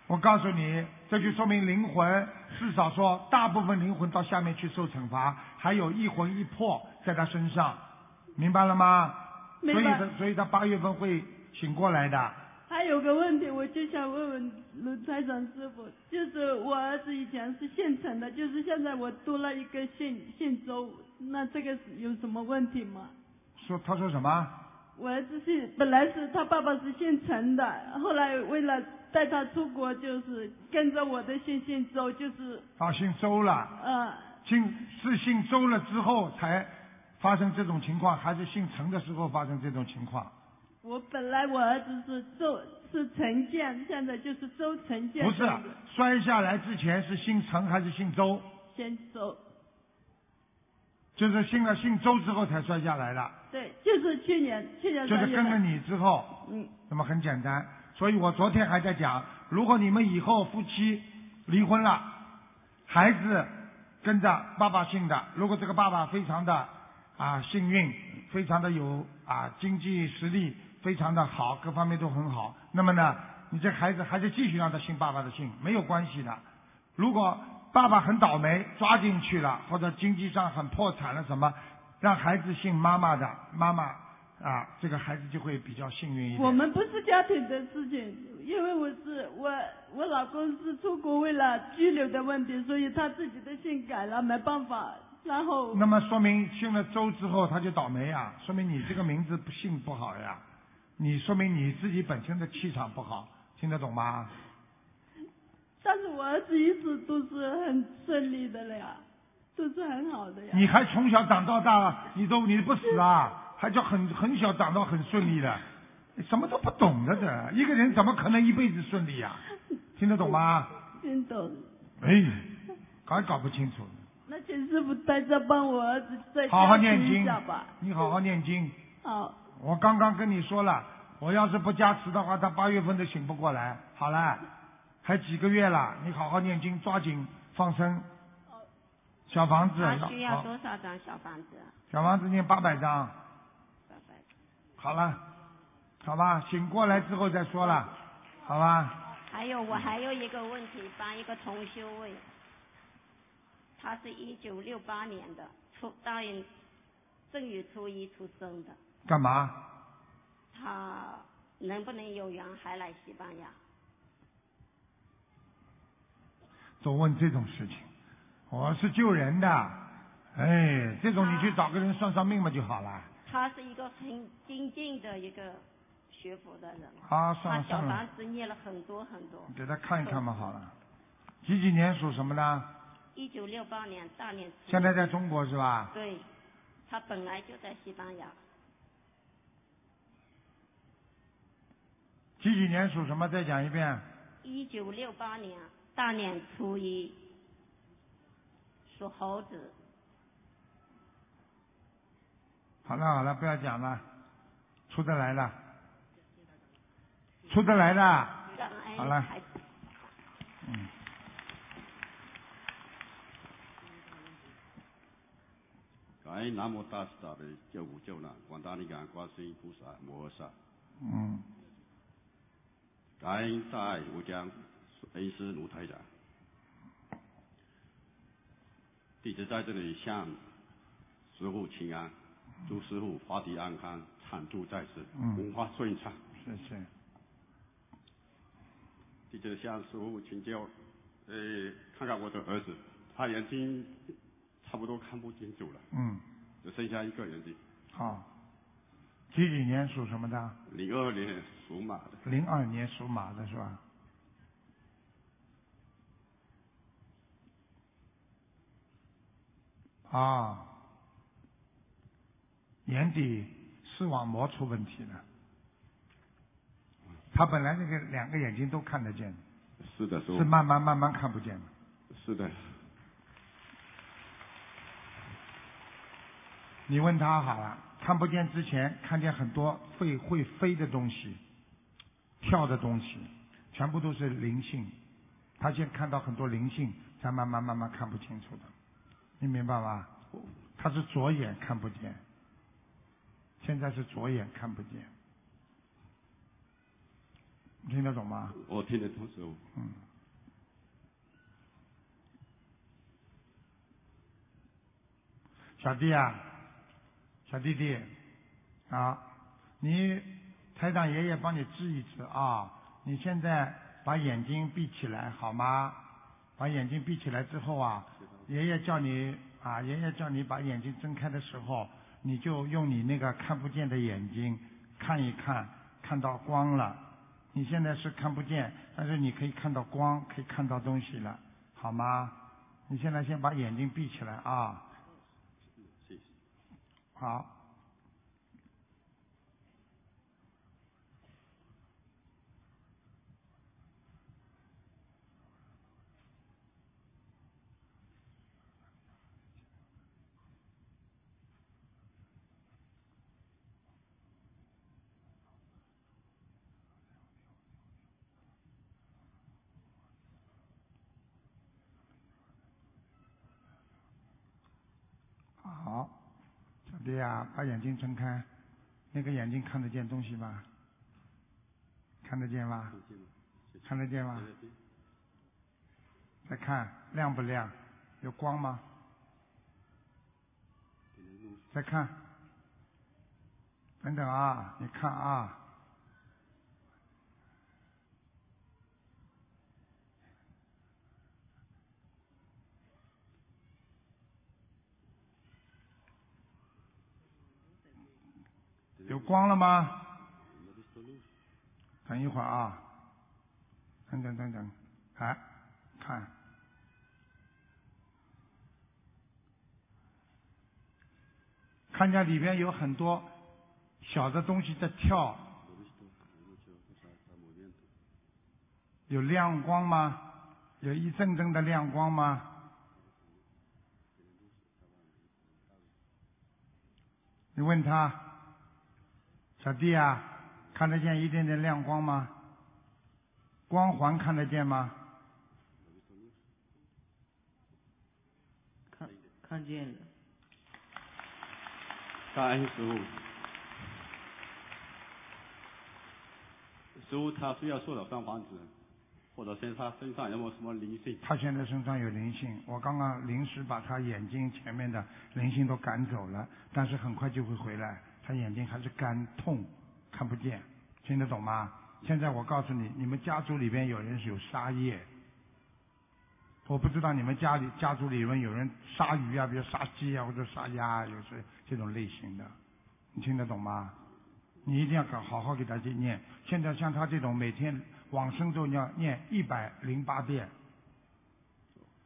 我告诉你，这就说明灵魂，至少说大部分灵魂到下面去受惩罚，还有一魂一魄在他身上，明白了吗？明所以白他所以他八月份会醒过来的。还有个问题，我就想问问卢台长师傅，就是我儿子以前是现成的，就是现在我多了一个现现州，那这个有什么问题吗？说他说什么？我儿子是本来是他爸爸是姓陈的，后来为了带他出国，就是跟着我的姓姓周，就是啊，姓周了。呃姓是姓周了之后才发生这种情况，还是姓陈的时候发生这种情况？我本来我儿子是周是陈建，现在就是周陈建。不是，啊摔下来之前是姓陈还是姓周？先周，就是姓了姓周之后才摔下来的，对，就是去年去年就三是月跟了份你之后，嗯，那么很简单。所以我昨天还在讲，如果你们以后夫妻离婚了，孩子跟着爸爸姓的，如果这个爸爸非常的啊幸运，非常的有啊经济实力，非常的好，各方面都很好，那么呢，你这孩子还是继续让他姓爸爸的姓，没有关系的。如果爸爸很倒霉，抓进去了，或者经济上很破产了什么，让孩子姓妈妈的妈妈啊，这个孩子就会比较幸运一点。我们不是家庭的事情，因为我是我我老公是出国为了拘留的问题，所以他自己的姓改了，没办法。然后那么说明姓了周之后他就倒霉啊，说明你这个名字不姓不好呀，你说明你自己本身的气场不好，听得懂吗？但是我儿子一直都是很顺利的了呀，都是啊很好的呀。你还从小长到大，你都你不死啊，还叫很很小长到很顺利的，你什么都不懂的这一个人怎么可能一辈子顺利呀、啊听得懂吗？听懂？哎，还搞不清楚，那请师傅大家帮我儿子再好好加持念一经下吧。，你好好念经。好，我刚刚跟你说了，我要是不加持的话，他八月份都醒不过来。好了，还几个月了，你好好念经，抓紧放生。小房子他需要好，多少张小房子啊？小房子念八百张，拜拜。好了，好吧，醒过来之后再说了，好吧？还有我还有一个问题，帮一个同修问，他是一九六八年的，初大年正月初一出生的，干嘛？他能不能有缘还来西班牙？总问这种事情，我是救人的，哎，这种你去找个人算算命嘛就好了。他是一个很精进的一个学佛的人，啊，他算了小算了房，子念了很多很多。给他看一看嘛好了。几几年属什么呢？一九六八年大年初。现在在中国是吧？对，他本来就在西班牙，几几年属什么？再讲一遍。一九六八年大年初一，属猴子，好了好了，不要讲了，出得来的，出得来的。障碍好了还嗯。感恩南无大慈大悲救苦救难广大灵感观世音菩萨摩诃萨，嗯，感恩大爱无疆恩师卢台长。弟子在这里向师父请安，祝师父法体安康，常驻在世，嗯文化顺畅。谢谢。弟子向师父请教，呃，看看我的儿子，他眼睛差不多看不清楚了，嗯，只剩下一个眼睛。好。几几年属什么的？零二年属马的，零二年属马的是吧？啊，眼底视网膜出问题了。他本来那个两个眼睛都看得见，是的，师父是慢慢慢慢看不见的。是的，你问他好了，看不见之前看见很多会会飞的东西，跳的东西，全部都是灵性。他先看到很多灵性，才慢慢慢慢看不清楚的，你明白吗？他是左眼看不见，现在是左眼看不见，你听得懂吗？我听得懂师傅。嗯。小弟啊，小弟弟，啊，你台长爷爷帮你治一治啊。你现在把眼睛闭起来好吗？把眼睛闭起来之后啊，爷爷叫你啊，爷爷叫你把眼睛睁开的时候，你就用你那个看不见的眼睛看一看，看到光了。你现在是看不见，但是你可以看到光，可以看到东西了，好吗？你现在先把眼睛闭起来啊。谢谢。好。好，小弟啊，把眼睛睁开，那个眼睛看得见东西吗？看得见吗？看得见吗？再看亮不亮？有光吗？再看，等等啊，你看啊。有光了吗？等一会儿啊，等等等等，来看，看见里边有很多小的东西在跳，有亮光吗？有一阵阵的亮光吗？你问他，小弟啊，看得见一点点亮光吗？光环看得见吗？看看见了。感恩师傅。师傅他需要塑料张房子，或者身上身上有没有什么灵性？他现在身上有灵性，我刚刚临时把他眼睛前面的灵性都赶走了，但是很快就会回来，他眼睛还是干痛，看不见，听得懂吗？现在我告诉你，你们家族里边有人是有杀业，我不知道你们家里家族里面有人杀鱼啊，比如杀鸡啊，或者杀鸭啊，有这这种类型的，你听得懂吗？你一定要搞好好给他去念。现在像他这种每天往生咒要念一百零八遍，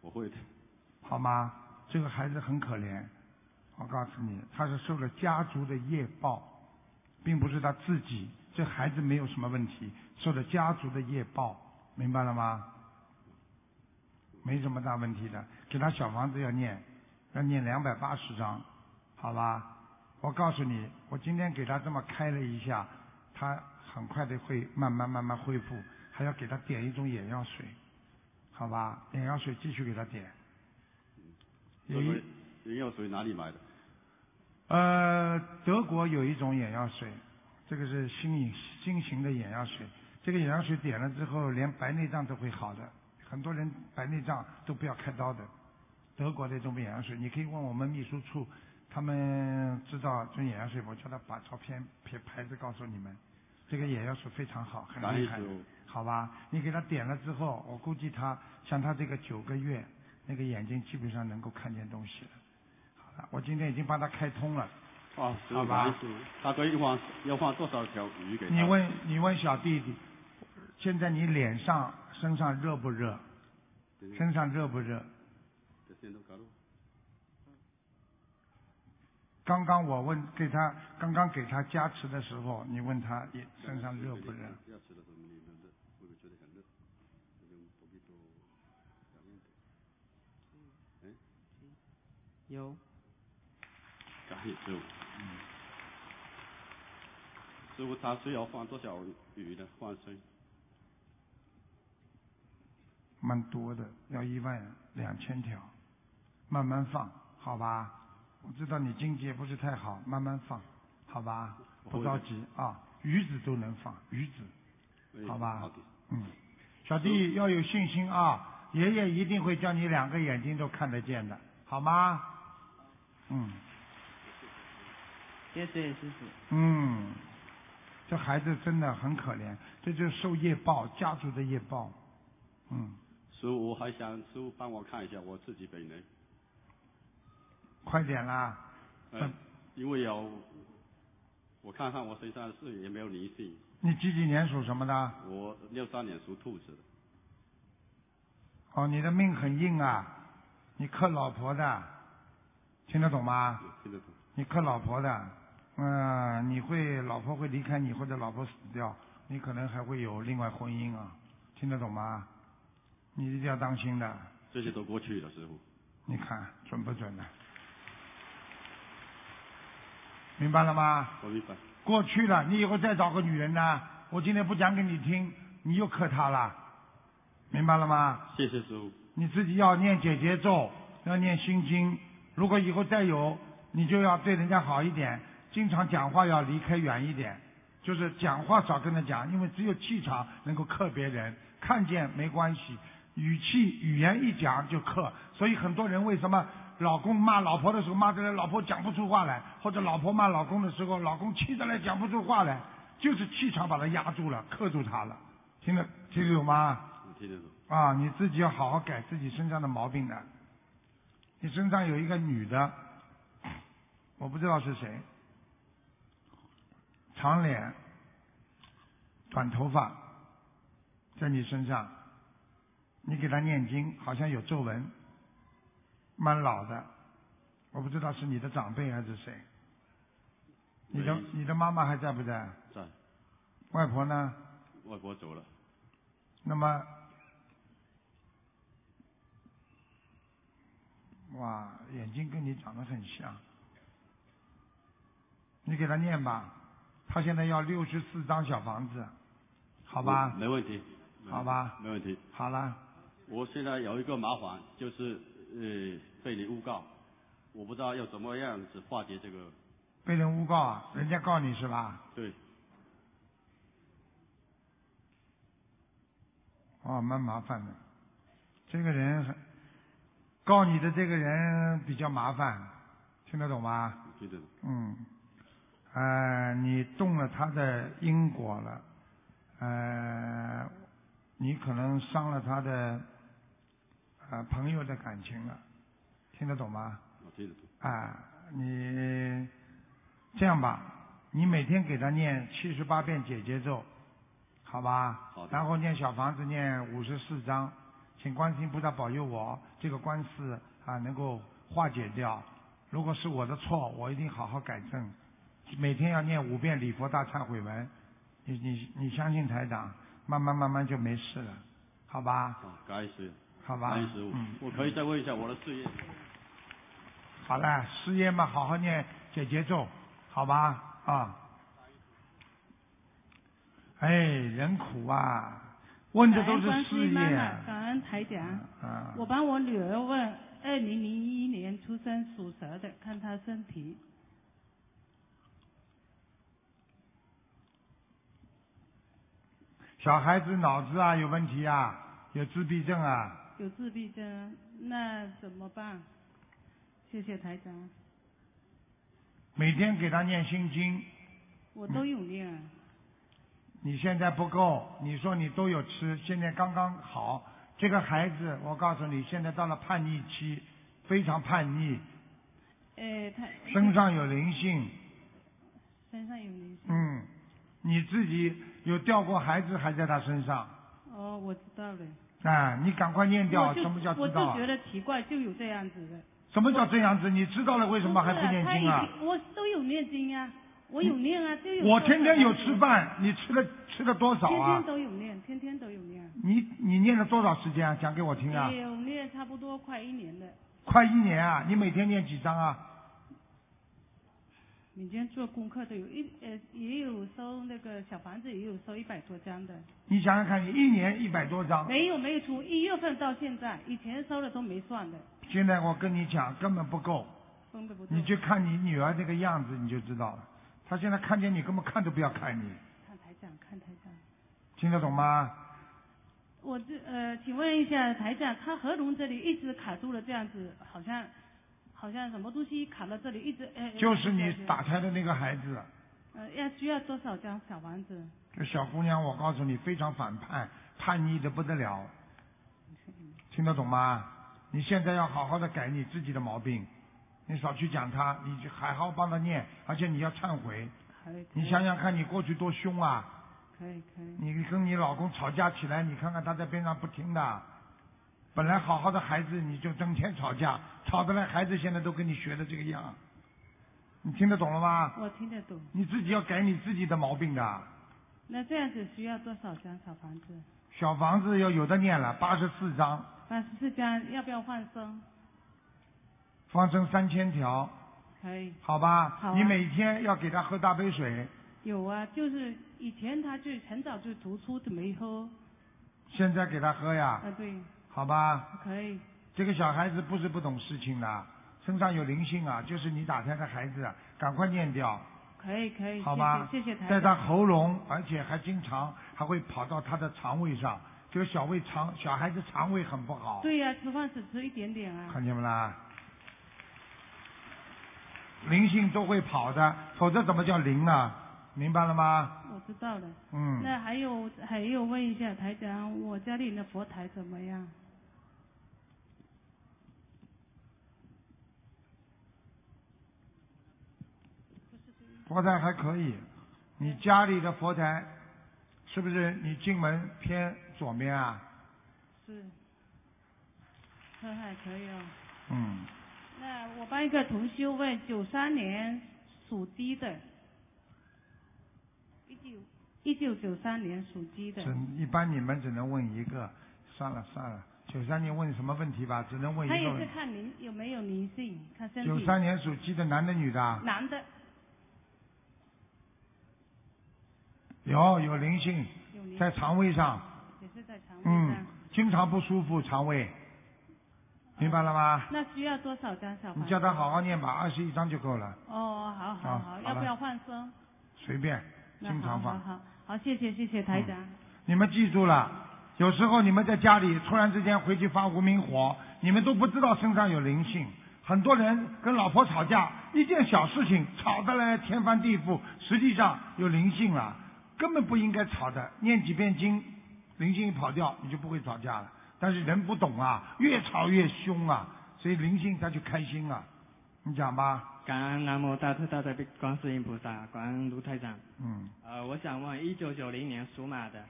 我会的。好吗？这个孩子很可怜，我告诉你，他是受了家族的业报，并不是他自己。这孩子没有什么问题，受了家族的业报，明白了吗？没什么大问题的，给他小房子要念，要念两百八十章，好吧？我告诉你，我今天给他这么开了一下，他很快的会慢慢慢慢恢复，还要给他点一种眼药水，好吧？眼药水继续给他点。这个眼药水哪里买的？呃，德国有一种眼药水，这个是新颖新型的眼药水。这个眼药水点了之后，连白内障都会好的。很多人白内障都不要开刀的。德国的这种眼药水，你可以问我们秘书处，他们知道这眼药水，我叫他把照片、牌牌子告诉你们。这个眼药水非常好，很哪厉里害有，好吧？你给他点了之后，我估计他像他这个九个月，那个眼睛基本上能够看见东西了。好了，我今天已经帮他开通了。啊，好吧师傅他可以换要换多少条鱼给他？你问你问小弟弟，现在你脸上身上热不热？身上热不热？这先都搞了刚刚我问给他，刚刚给他加持的时候，你问他也身上热不热？要吃的时候你们热，会不会觉得很热？那就不必多两面的。哎，有。感谢师傅。嗯。师傅，他需要换多少鱼呢？换水？蛮多的，要一万两千条，慢慢放，好吧？我知道你经济也不是太好，慢慢放，好吧？不着急啊，鱼子都能放，鱼子。哎好吧好的。嗯，小弟要有信心啊！爷爷一定会叫你两个眼睛都看得见的，好吗？嗯谢谢师傅。嗯，这孩子真的很可怜，这就是受业报，家族的业报。嗯，师傅，我还想师傅帮我看一下我自己本人。快点啦！呃，嗯因为有，我看看我身上是有没有灵性。你几几年属什么的？我六三年属兔子的，哦，你的命很硬啊，你克老婆的，听得懂吗？听得懂？你克老婆的，嗯、你会老婆会离开你，或者老婆死掉，你可能还会有另外婚姻啊，听得懂吗？你一定要当心的，这些都过去了，师傅。你看准不准呢、明白了吗？我明白。过去了，你以后再找个女人呢、我今天不讲给你听，你又克她了，明白了吗？谢谢师傅。你自己要念姐姐咒，要念心经。如果以后再有，你就要对人家好一点，经常讲话要离开远一点，就是讲话少跟他讲，因为只有气场能够克别人，看见没关系，语气语言一讲就克。所以很多人为什么老公骂老婆的时候骂得来，老婆讲不出话来，或者老婆骂老公的时候，老公气得来讲不出话来，就是气场把他压住了，克住他了。听得听得懂吗？你听得懂？啊，你自己要好好改自己身上的毛病的。你身上有一个女的，我不知道是谁，长脸，短头发，在你身上，你给她念经，好像有皱纹，蛮老的，我不知道是你的长辈还是谁。你的没你的妈妈还在不在？在，外婆呢？外婆走了。那么，哇，眼睛跟你长得很像，你给他念吧。他现在要六十四张小房子，好吧？没问题。没问题好吧。没问题。好了，我现在有一个麻烦，就是呃被你诬告，我不知道要怎么样子化解这个。被人诬告啊，人家告你是吧？对，哦，蛮麻烦的。这个人很告你的这个人比较麻烦，听得懂吗？你听得懂？嗯，呃，你动了他的因果了，呃，你可能伤了他的呃朋友的感情了，听得懂吗？我听得懂。啊，你这样吧，你每天给他念七十八遍解结咒，好吧？好的然后念小房子念五十四章，请观世音菩萨保佑我这个官司啊能够化解掉。如果是我的错，我一定好好改正。每天要念五遍礼佛大忏悔文，你你你相信台长，慢慢慢慢就没事了，好吧？啊，该死，好吧该死，我嗯我可以再问一下我的事业？好了，事业嘛，好好念解节奏，好吧？啊。哎，人苦啊，问的都是哎事业感恩观世音妈妈感恩台长。啊。我帮我女儿问，二零零一年出生属蛇的，看她身体。小孩子脑子啊有问题啊，有自闭症啊。有自闭症，那怎么办？谢谢台长，每天给他念心经，我都有念。你现在不够，你说你都有吃，现在刚刚好。这个孩子，我告诉你，现在到了叛逆期，非常叛逆，哎，她身上有灵性，身上有灵性。嗯，你自己有掉过孩子还在他身上，哦，我知道了。啊，你赶快念掉，我就什么叫我知就道啊觉？得奇怪，就有这样子的。什么叫这样子？你知道了为什么还不念经啊他已？经我都有念经啊，我有念啊，就有。我天天有吃。饭，你吃了吃了多少天啊天？都有念，天天都有念。你你念了多少时间啊？讲给我听啊！有念差不多快一年了，快一年啊！你每天念几张啊？每天做功课都有一呃，也有收那个小房子，也有收一百多张的。你想想看，你一年一百多张，没有没有，从一月份到现在，以前收的都没算的，现在我跟你讲根本不够。分不不你就看你女儿那个样子，你就知道了。她现在看见你根本看都不要看你，看台长，看台长。听得懂吗？我这呃，请问一下台长，他合同这里一直卡住了，这样子好像好像什么东西卡到这里，一直呃。呃就是你一直打胎的那个孩子，呃，要需要多少张小房子？这小姑娘，我告诉你，非常反叛，叛逆的不得了，嗯听得懂吗？你现在要好好的改你自己的毛病，你少去讲她，你就好好帮她念，而且你要忏悔。可以。你想想看，你过去多凶啊！可以可以。你跟你老公吵架起来，你看看他在边上不听的，本来好好的孩子，你就整天吵架，吵得来孩子现在都跟你学的这个样，你听得懂了吗？我听得懂。你自己要改你自己的毛病的。那这样子需要多少张小房子？小房子要有的念了，八十四章，八十四张，要不要换生？放生三千条，可以。好吧？好啊你每天要给他喝大杯水，有啊，就是以前他就很早就读书，就没喝。现在给他喝呀，啊，对，好吧？可以。这个小孩子不是不懂事情的，身上有灵性啊，就是你打胎的孩子，啊赶快念掉。可以可以，好吧，谢谢谢谢台在长。他喉咙，而且还经常还会跑到他的肠胃上，这个小胃肠小孩子肠胃很不好，对呀、吃饭只吃一点点啊。看见没啦？灵性都会跑的，否则怎么叫灵呢？明白了吗？我知道了。啊嗯，那还有还有问一下台长，我家里的佛台怎么样？佛台还可以。你家里的佛台是不是你进门偏左面啊？是，那还可以哦。嗯，那我帮一个同修问，九三年属鸡的，一九一九九三年属鸡的，只嗯一般你们只能问一个，算了算了。九三年问什么问题吧，只能问一他个也问是题。看您有没有灵性，看身体。九三年属鸡的男的女的啊？男的有有灵性，有灵性在肠胃上，也是在肠胃嗯上，，经常不舒服肠胃，明白了吗？那需要多少张小房子？你叫他好好念吧，二十一章就够了，哦，好好啊好，好要不了要换声？随便，那经常好放。好好，好，谢谢谢谢台长。嗯你们记住了，有时候你们在家里突然之间回去发无名火，你们都不知道身上有灵性。很多人跟老婆吵架，一件小事情吵得来天翻地覆，实际上有灵性了。根本不应该吵的，念几遍经，灵性一跑掉，你就不会吵架了。但是人不懂啊，越吵越凶啊，所以灵性他就开心啊。你讲吧，感恩南无大慈大悲观世音菩萨，感恩卢台长。嗯，呃，我想问，一九九零年属马的，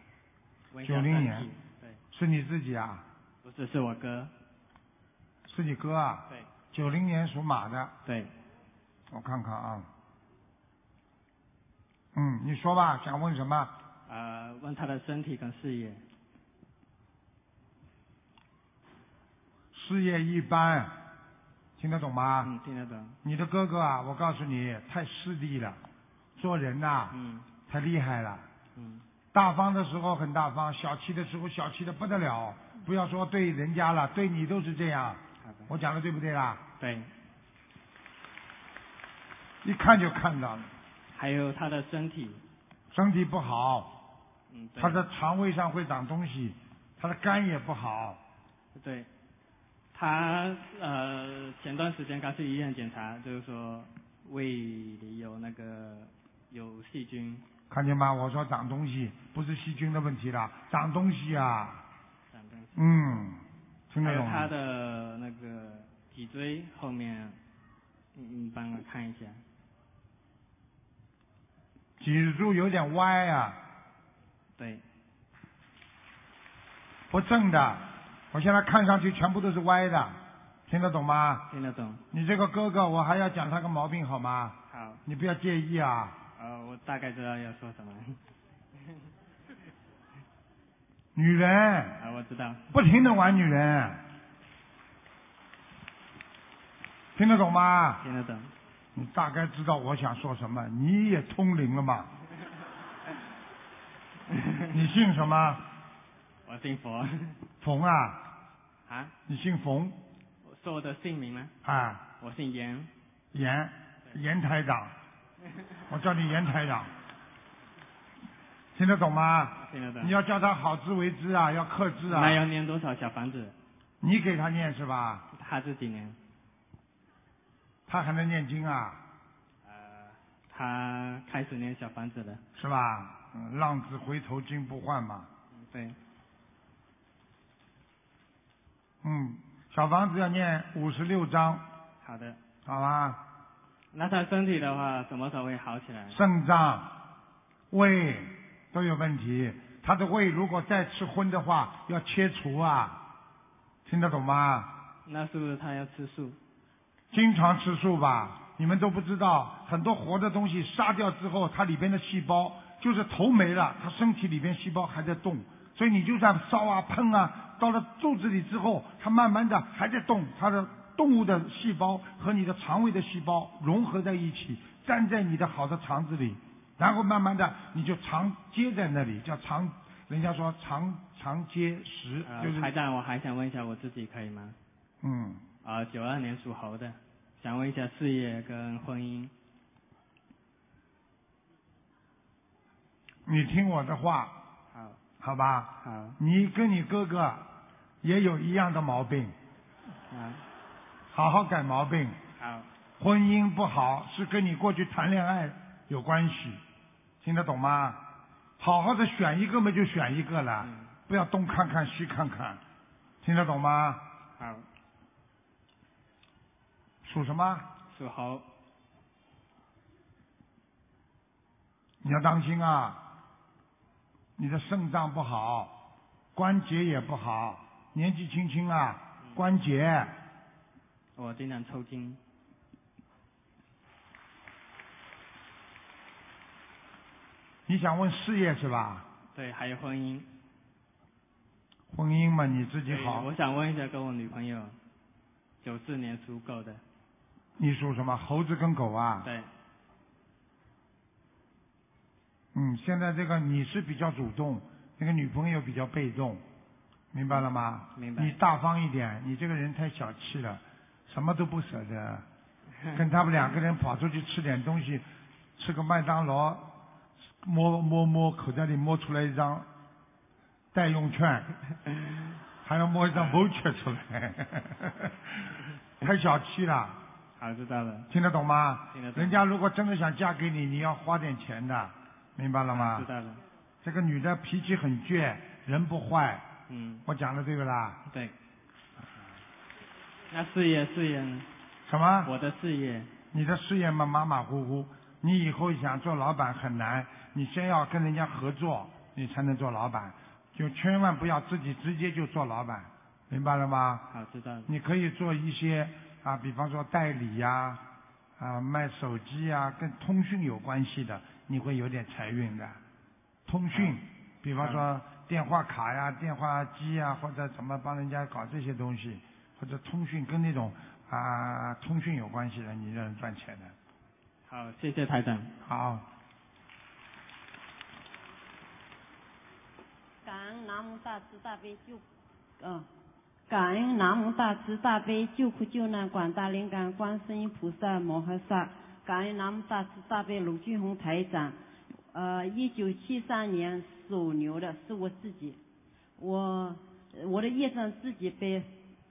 问一下九零身年体，对，是你自己啊？不是，是我哥，是你哥啊？对。九零年属马的。对。我看看啊。嗯，你说吧，想问什么？呃，问他的身体跟事业，事业一般，听得懂啊吗？嗯，听得懂。你的哥哥啊，我告诉你，太势利了，做人呐、嗯，太厉害了。嗯，大方的时候很大方，小气的时候小气的不得了。不要说对人家了，对你都是这样。我讲的对不对啦？对。一看就看到了，还有他的身体，身体不好，嗯，对他的肠胃上会长东西，他的肝也不好。对，他呃前段时间刚去医院检查，就是说胃里有那个有细菌，看见吗？我说长东西不是细菌的问题啦，长东西啊，长东西嗯，听还得有懂他吗？的那个脊椎后面，你你帮我看一下。脊柱有点歪啊，对，不正的，我现在看上去全部都是歪的，听得懂吗？听得懂。你这个哥哥，我还要讲他个毛病好吗？好，你不要介意啊。呃，我大概知道要说什么。女人啊，我知道，不停的玩女人，听得懂吗？听得懂。你大概知道我想说什么，你也通灵了吗？你姓什么？我姓佛。冯啊？啊？你姓冯我说我的姓名吗？啊？我姓严。严严台长，我叫你严台长，听得懂吗？听得懂。你要叫他好自为之啊，要克制啊。那要念多少小房子？你给他念是吧？他自己念。他还能念经啊，他开始念小房子了。是吧？嗯浪子回头金不换嘛。对，嗯，小房子要念五十六章，好的。好吧？那他身体的话，什么时候会好起来？肾脏、胃都有问题，他的胃如果再吃荤的话，要切除啊，听得懂吗？那是不是他要吃素？经常吃素吧，你们都不知道，很多活的东西杀掉之后，它里边的细胞就是头没了，它身体里边细胞还在动，所以你就算烧啊喷啊，到了肚子里之后，它慢慢的还在动，它的动物的细胞和你的肠胃的细胞融合在一起，粘在你的好的肠子里，然后慢慢的你就肠接在那里，叫肠，人家说肠肠结石，呃就是，台长，我还想问一下我自己可以吗？嗯，啊，九二年属猴的，想问一下事业跟婚姻。你听我的话，好，好吧？好，你跟你哥哥也有一样的毛病，啊，好好改毛病。好，婚姻不好是跟你过去谈恋爱有关系，听得懂吗？好好的选一个嘛，就选一个了，嗯不要东看看西看看，听得懂吗？好，属什么？属猴，你要当心啊！你的肾脏不好，关节也不好，年纪轻轻啊，嗯关节我经常抽筋。你想问事业是吧？对，还有婚姻。婚姻嘛，你自己对好。我想问一下，跟我女朋友，九四年属狗的，你属什么？猴子跟狗啊？对，嗯，现在这个你是比较主动，那个女朋友比较被动，明白了吗？明白你大方一点，你这个人太小气了，什么都不舍得。 [laughs] 跟他们两个人跑出去吃点东西，吃个麦当劳，摸摸摸口袋里摸出来一张代用 [laughs] 券，还要摸一张 voucher 出来，太小气了。好，知道了。听得懂吗？听得懂人家如果真的想嫁给你，你要花点钱的，明白了吗知？道了，这个女的脾气很倔，人不坏，嗯，我讲的对不啦？对。那事业事业呢？什么？我的事业。你的事业嘛马马虎虎，你以后想做老板很难，你先要跟人家合作，你才能做老板，就千万不要自己直接就做老板，明白了吗？好，知道了。你可以做一些啊，比方说代理呀、啊，卖手机呀、跟通讯有关系的，你会有点财运的。通讯，比方说电话卡呀、电话机呀，或者怎么帮人家搞这些东西，或者通讯跟那种啊通讯有关系的，你让人赚钱的。好，谢谢台长。好，感恩南无大慈大悲救苦嗯，感恩南无大慈大悲救苦救难广大灵感观世音菩萨摩诃萨，感恩南无大慈大悲鲁俊宏台长。呃，一九七三年属牛的是我自己，我呃我的业障自己背，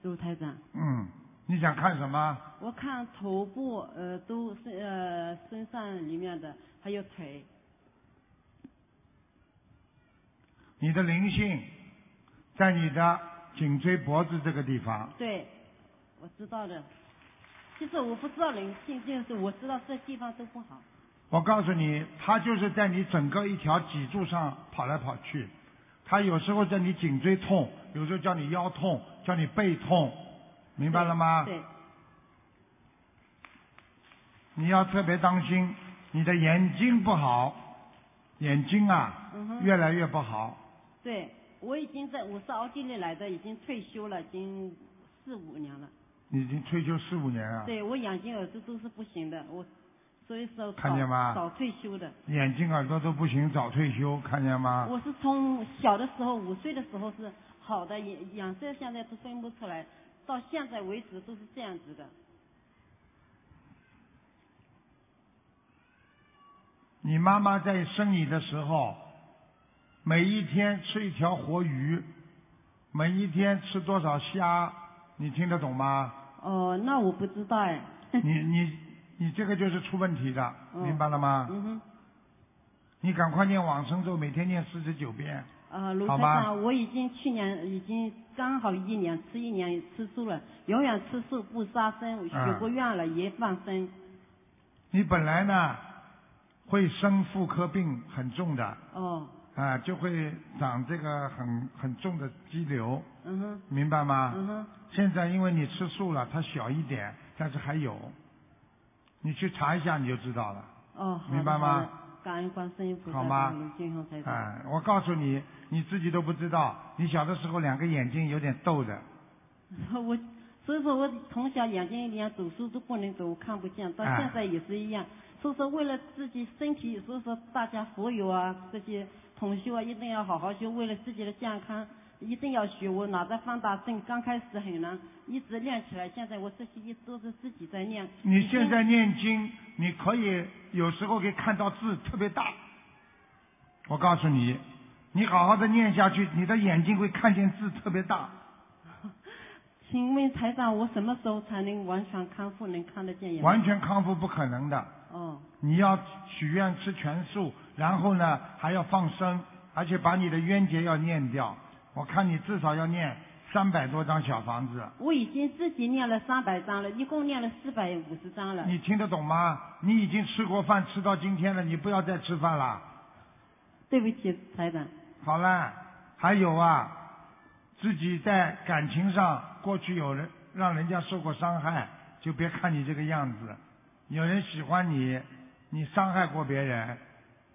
卢台长。嗯，你想看什么？我看头部呃都是呃身上里面的，还有腿。你的灵性在你的颈椎脖子这个地方，对，我知道的。其实我不知道灵性，就是我知道这地方都不好。我告诉你，它就是在你整个一条脊柱上跑来跑去，它有时候在你颈椎痛，有时候叫你腰痛，叫你背痛，明白了吗？对，你要特别当心，你的眼睛不好，眼睛啊嗯哼。越来越不好，对，我已经在我是奥地利来的，已经退休了，已经四五年了。你已经退休四五年啊，对我眼睛、耳朵都是不行的，我所以说看见吗早早退休的。眼睛耳朵都不行，早退休，看见吗？我是从小的时候五岁的时候是好的，眼眼色现在都分不出来，到现在为止都是这样子的。你妈妈在生你的时候，每一天吃一条活鱼，每一天吃多少虾，你听得懂 [laughs] 吗？哦，那我不知道哎。你你你这个就是出问题的，嗯明白了吗？嗯哼。你赶快念往生咒，每天念四十九遍。呃，卢好台吧长，我已经去年已经刚好一年吃一年吃素了，永远吃素不杀生，我许过愿了、也放生。嗯你本来呢会生妇科病很重的，啊、哦，就会长这个很很重的肌瘤，嗯哼，明白吗？嗯哼，现在因为你吃素了，它小一点，但是还有，你去查一下你就知道了。哦，好的明白吗？好的感恩观世音菩萨，好吗感恩卢俊宏台长。哎、我告诉你，你自己都不知道，你小的时候两个眼睛有点斗的，我所以说我从小眼睛连走路都不能走，我看不见，到哎现在也是一样。所以说为了自己身体，所以说大家佛友啊，这些同修啊，一定要好好修，为了自己的健康一定要学。我拿着放大镜，刚开始很难，一直练起来，现在我这些一都是自己在练。你现在念经，你可以有时候可以看到字特别大。我告诉你，你好好的念下去，你的眼睛会看见字特别大。请问台长，我什么时候才能完全康复，能看得见眼？完全康复不可能的，哦，你要许愿吃全素，然后呢还要放生，而且把你的冤结要念掉。我看你至少要念三百多张小房子。我已经自己念了三百章了，一共念了四百五十章了。你听得懂吗？你已经吃过饭，吃到今天了，你不要再吃饭了。对不起，台长。好了，还有啊，自己在感情上过去有人让人家受过伤害，就别看你这个样子。有人喜欢你，你伤害过别人，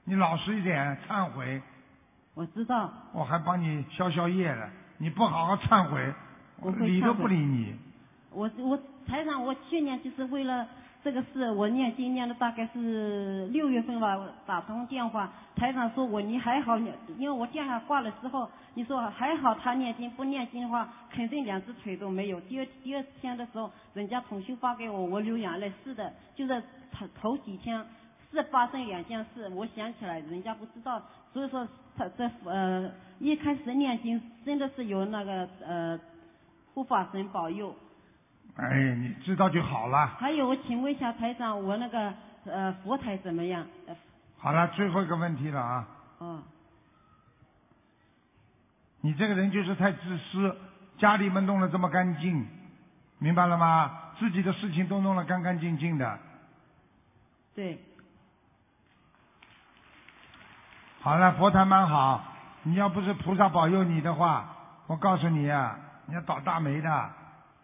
你老实一点，忏悔。我知道。我还帮你消消业了，你不好好忏悔，我会理都忏悔不理你。我我台长，我去年就是为了这个事，我念经念了大概是六月份吧，我打通电话，台长说我你还好，你因为我电话挂了之后，你说还好他念经，不念经的话肯定两只腿都没有。第二第二天的时候，人家同修发给我，我流眼泪，是的，就在头头几天。是发生两件事，我想起来，人家不知道，所以说他这呃一开始念经真的是有那个呃护法神保佑，哎，你知道就好了。还有，我请问一下台长，我那个呃佛台怎么样？呃好了，最后一个问题了啊，哦，你这个人就是太自私，家里面弄得这么干净，明白了吗？自己的事情都弄得干干净净的。对，好了，佛台蛮好，你要不是菩萨保佑你的话，我告诉你啊，你要倒大霉的，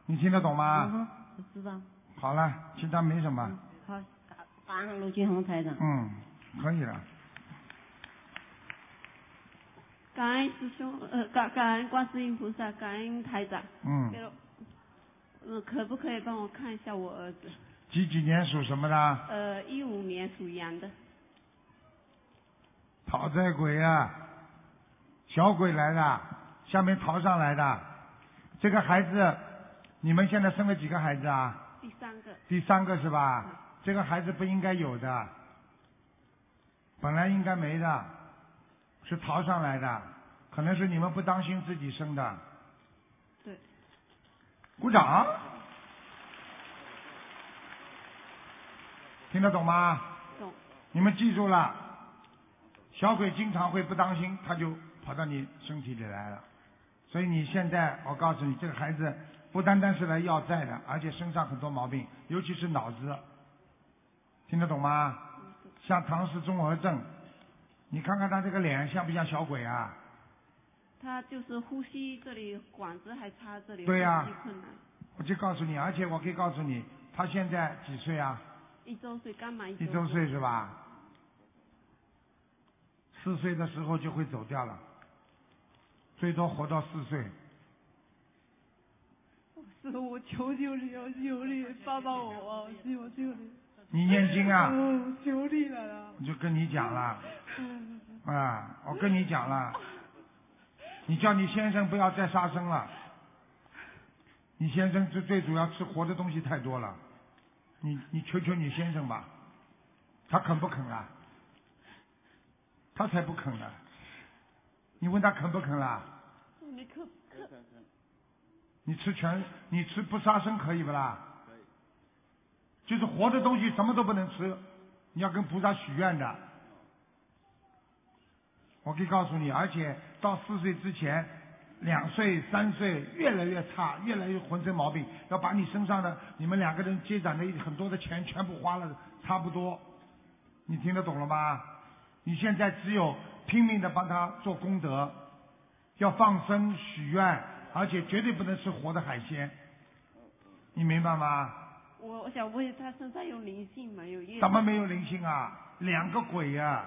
你听得懂吗？嗯哼，我知道。好了，其他没什么，好，感感恩卢俊宏台长。嗯，可以了。感恩师兄，呃，感感恩观世音菩萨，感恩台长。嗯给了呃，可不可以帮我看一下我儿子？几几年属什么的？呃，一五年属羊的，讨债鬼啊，小鬼来的，下面逃上来的。这个孩子，你们现在生了几个孩子啊？第三个。嗯第三个是吧？这个孩子不应该有的，本来应该没的，是逃上来的，可能是你们不当心自己生的。对。鼓掌。听得懂吗？懂。你们记住了，小鬼经常会不当心，他就跑到你身体里来了。所以你现在，我告诉你，这个孩子不单单是来要债的，而且身上很多毛病，尤其是脑子，听得懂吗？像唐氏综合症，你看看他这个脸像不像小鬼啊？他就是呼吸这里管子还插这里，对呀呼吸困难，我就告诉你，而且我可以告诉你，他现在几岁啊？一周岁刚满一周岁是吧？四岁的时候就会走掉了，最多活到四岁。 [laughs] 师傅，我求求你了，求你帮帮我啊！师傅，求你。你念经啊嗯求你了啦。我就跟你讲了，嗯啊，我跟你讲了，你叫你先生不要再杀生了。你先生最最主要吃活的东西太多了，你你求求你先生吧，他肯不肯啊？他才不肯呢，你问他肯不肯啦？你可可你吃全，你吃不杀生可以不啦？就是活的东西什么都不能吃，你要跟菩萨许愿的。我可以告诉你，而且到四岁之前，两岁、三岁越来越差，越来越浑身毛病，要把你身上的你们两个人积攒的很多的钱全部花了，差不多。你听得懂了吗？你现在只有拼命的帮他做功德，要放生许愿，而且绝对不能吃活的海鲜。你明白吗？我我想问他身上有灵性没有？业怎么没有灵性啊？两个鬼呀、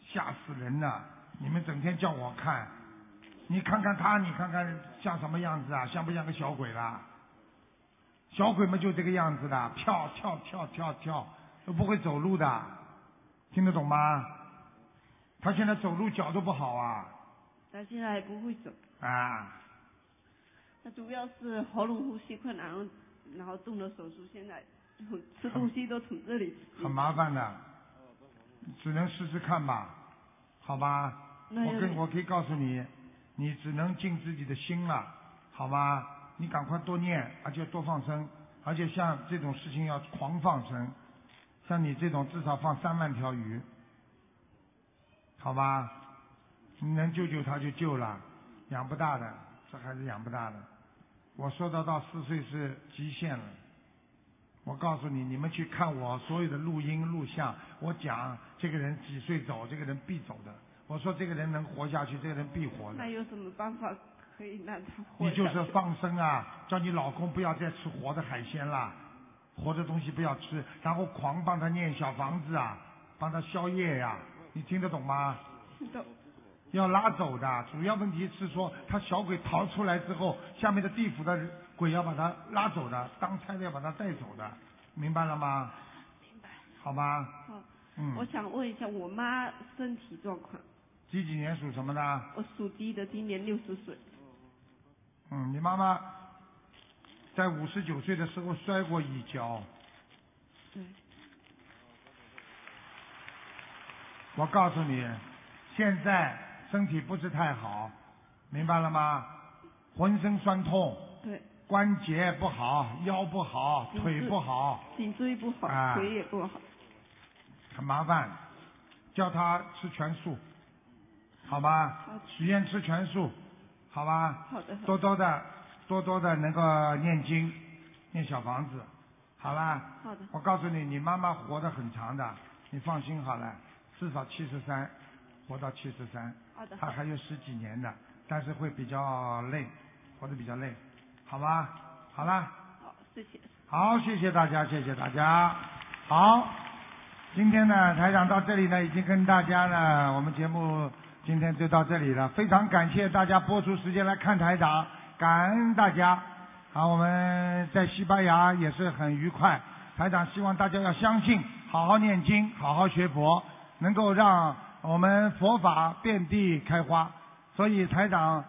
吓死人了！你们整天叫我看，你看看他，你看看像什么样子啊？像不像个小鬼啦？小鬼们就这个样子的，跳跳跳跳跳，都不会走路的，听得懂吗？他现在走路脚都不好啊他现在还不会走，啊！他主要是喉咙呼吸困难，然后然后动了手术，现 [laughs] 在就吃东西都从这里吃。很麻烦的，只能试试看吧，好吧？那我要跟你我可以告诉你，你只能尽自己的心了，好吧？你赶快多念，而且多放生，而且像这种事情要狂放生，像你这种至少放三万条鱼，好吧？你能救救他就救了，养不大的，这孩子养不大的。我说到到四岁是极限了。我告诉你，你们去看我所有的录音录像，我讲这个人几岁走，这个人必走的。我说这个人能活下去，这个人必活的那。有什么办法可以让他活你下去？就是放生啊，叫你老公不要再吃活的海鲜啦，活的东西不要吃，然后狂帮他念小房子啊，帮他消业呀、你听得懂吗？知道。要拉走的，主要问题是说他小鬼逃出来之后，下面的地府的鬼要把他拉走的，当差的要把他带走的，明白了吗？明白。好吗？好，嗯。我想问一下我妈身体状况，几几年属什么的？我属鸡的，今年六十岁，嗯，你妈妈在五十九岁的时候摔过一跤。对。我告诉你，现在身体不是太好，明白了吗？浑身酸痛，对，关节不好，腰不好，颈腿椎不好，颈椎不好，啊腿也不好，很麻烦，叫他吃全素，好吧？许愿吃全素，好吧？好 [laughs] 的好的多多的，多多的能够念经，念小房子，好啦。好的我告诉你，你妈妈活得很长的，你放心好了，至少七十三，活到七十三。好的她还有十几年的，但是会比较累，活得比较累，好吧？好啦。好，谢谢。好，谢谢大家，谢谢大家。好，今天呢，台长到这里呢，已经跟大家呢，我们节目今天就到这里了，非常感谢大家播出时间来看台长，感恩大家。好，我们在西班牙也是很愉快，台长希望大家要相信，好好念经，好好学佛，能够让我们佛法遍地开花。所以台长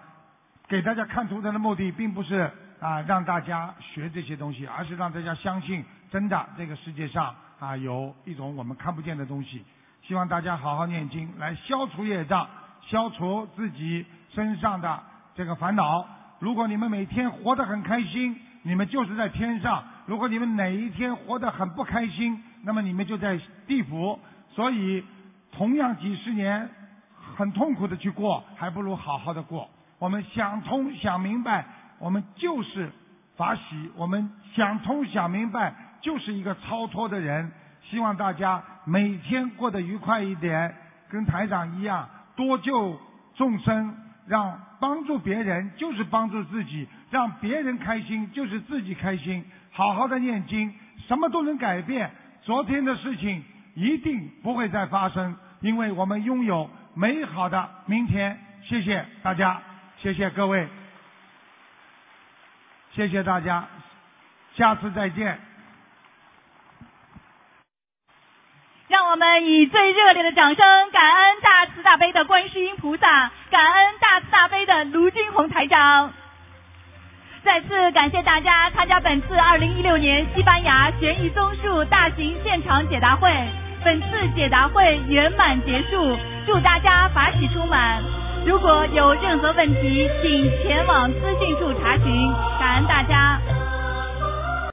给大家看图腾的目的，并不是啊让大家学这些东西，而是让大家相信，真的这个世界上啊有一种我们看不见的东西。希望大家好好念经，来消除业障，消除自己身上的这个烦恼。如果你们每天活得很开心，你们就是在天上；如果你们哪一天活得很不开心，那么你们就在地府。所以，同样几十年很痛苦的去过，还不如好好的过。我们想通想明白，我们就是法喜，我们想通想明白，就是一个超脱的人。希望大家每天过得愉快一点，跟台长一样，多救众生，让帮助别人就是帮助自己，让别人开心就是自己开心。好好的念经，什么都能改变。昨天的事情一定不会再发生，因为我们拥有美好的明天。谢谢大家，谢谢各位，谢谢大家，下次再见。让我们以最热烈的掌声，感恩大慈大悲的观世音菩萨，感恩大慈大悲的卢军红台长。再次感谢大家参加本次2016年西班牙悬疑综述大型现场解答会，本次解答会圆满结束，祝大家法喜充满。如果有任何问题，请前往资讯处查询。感恩大家。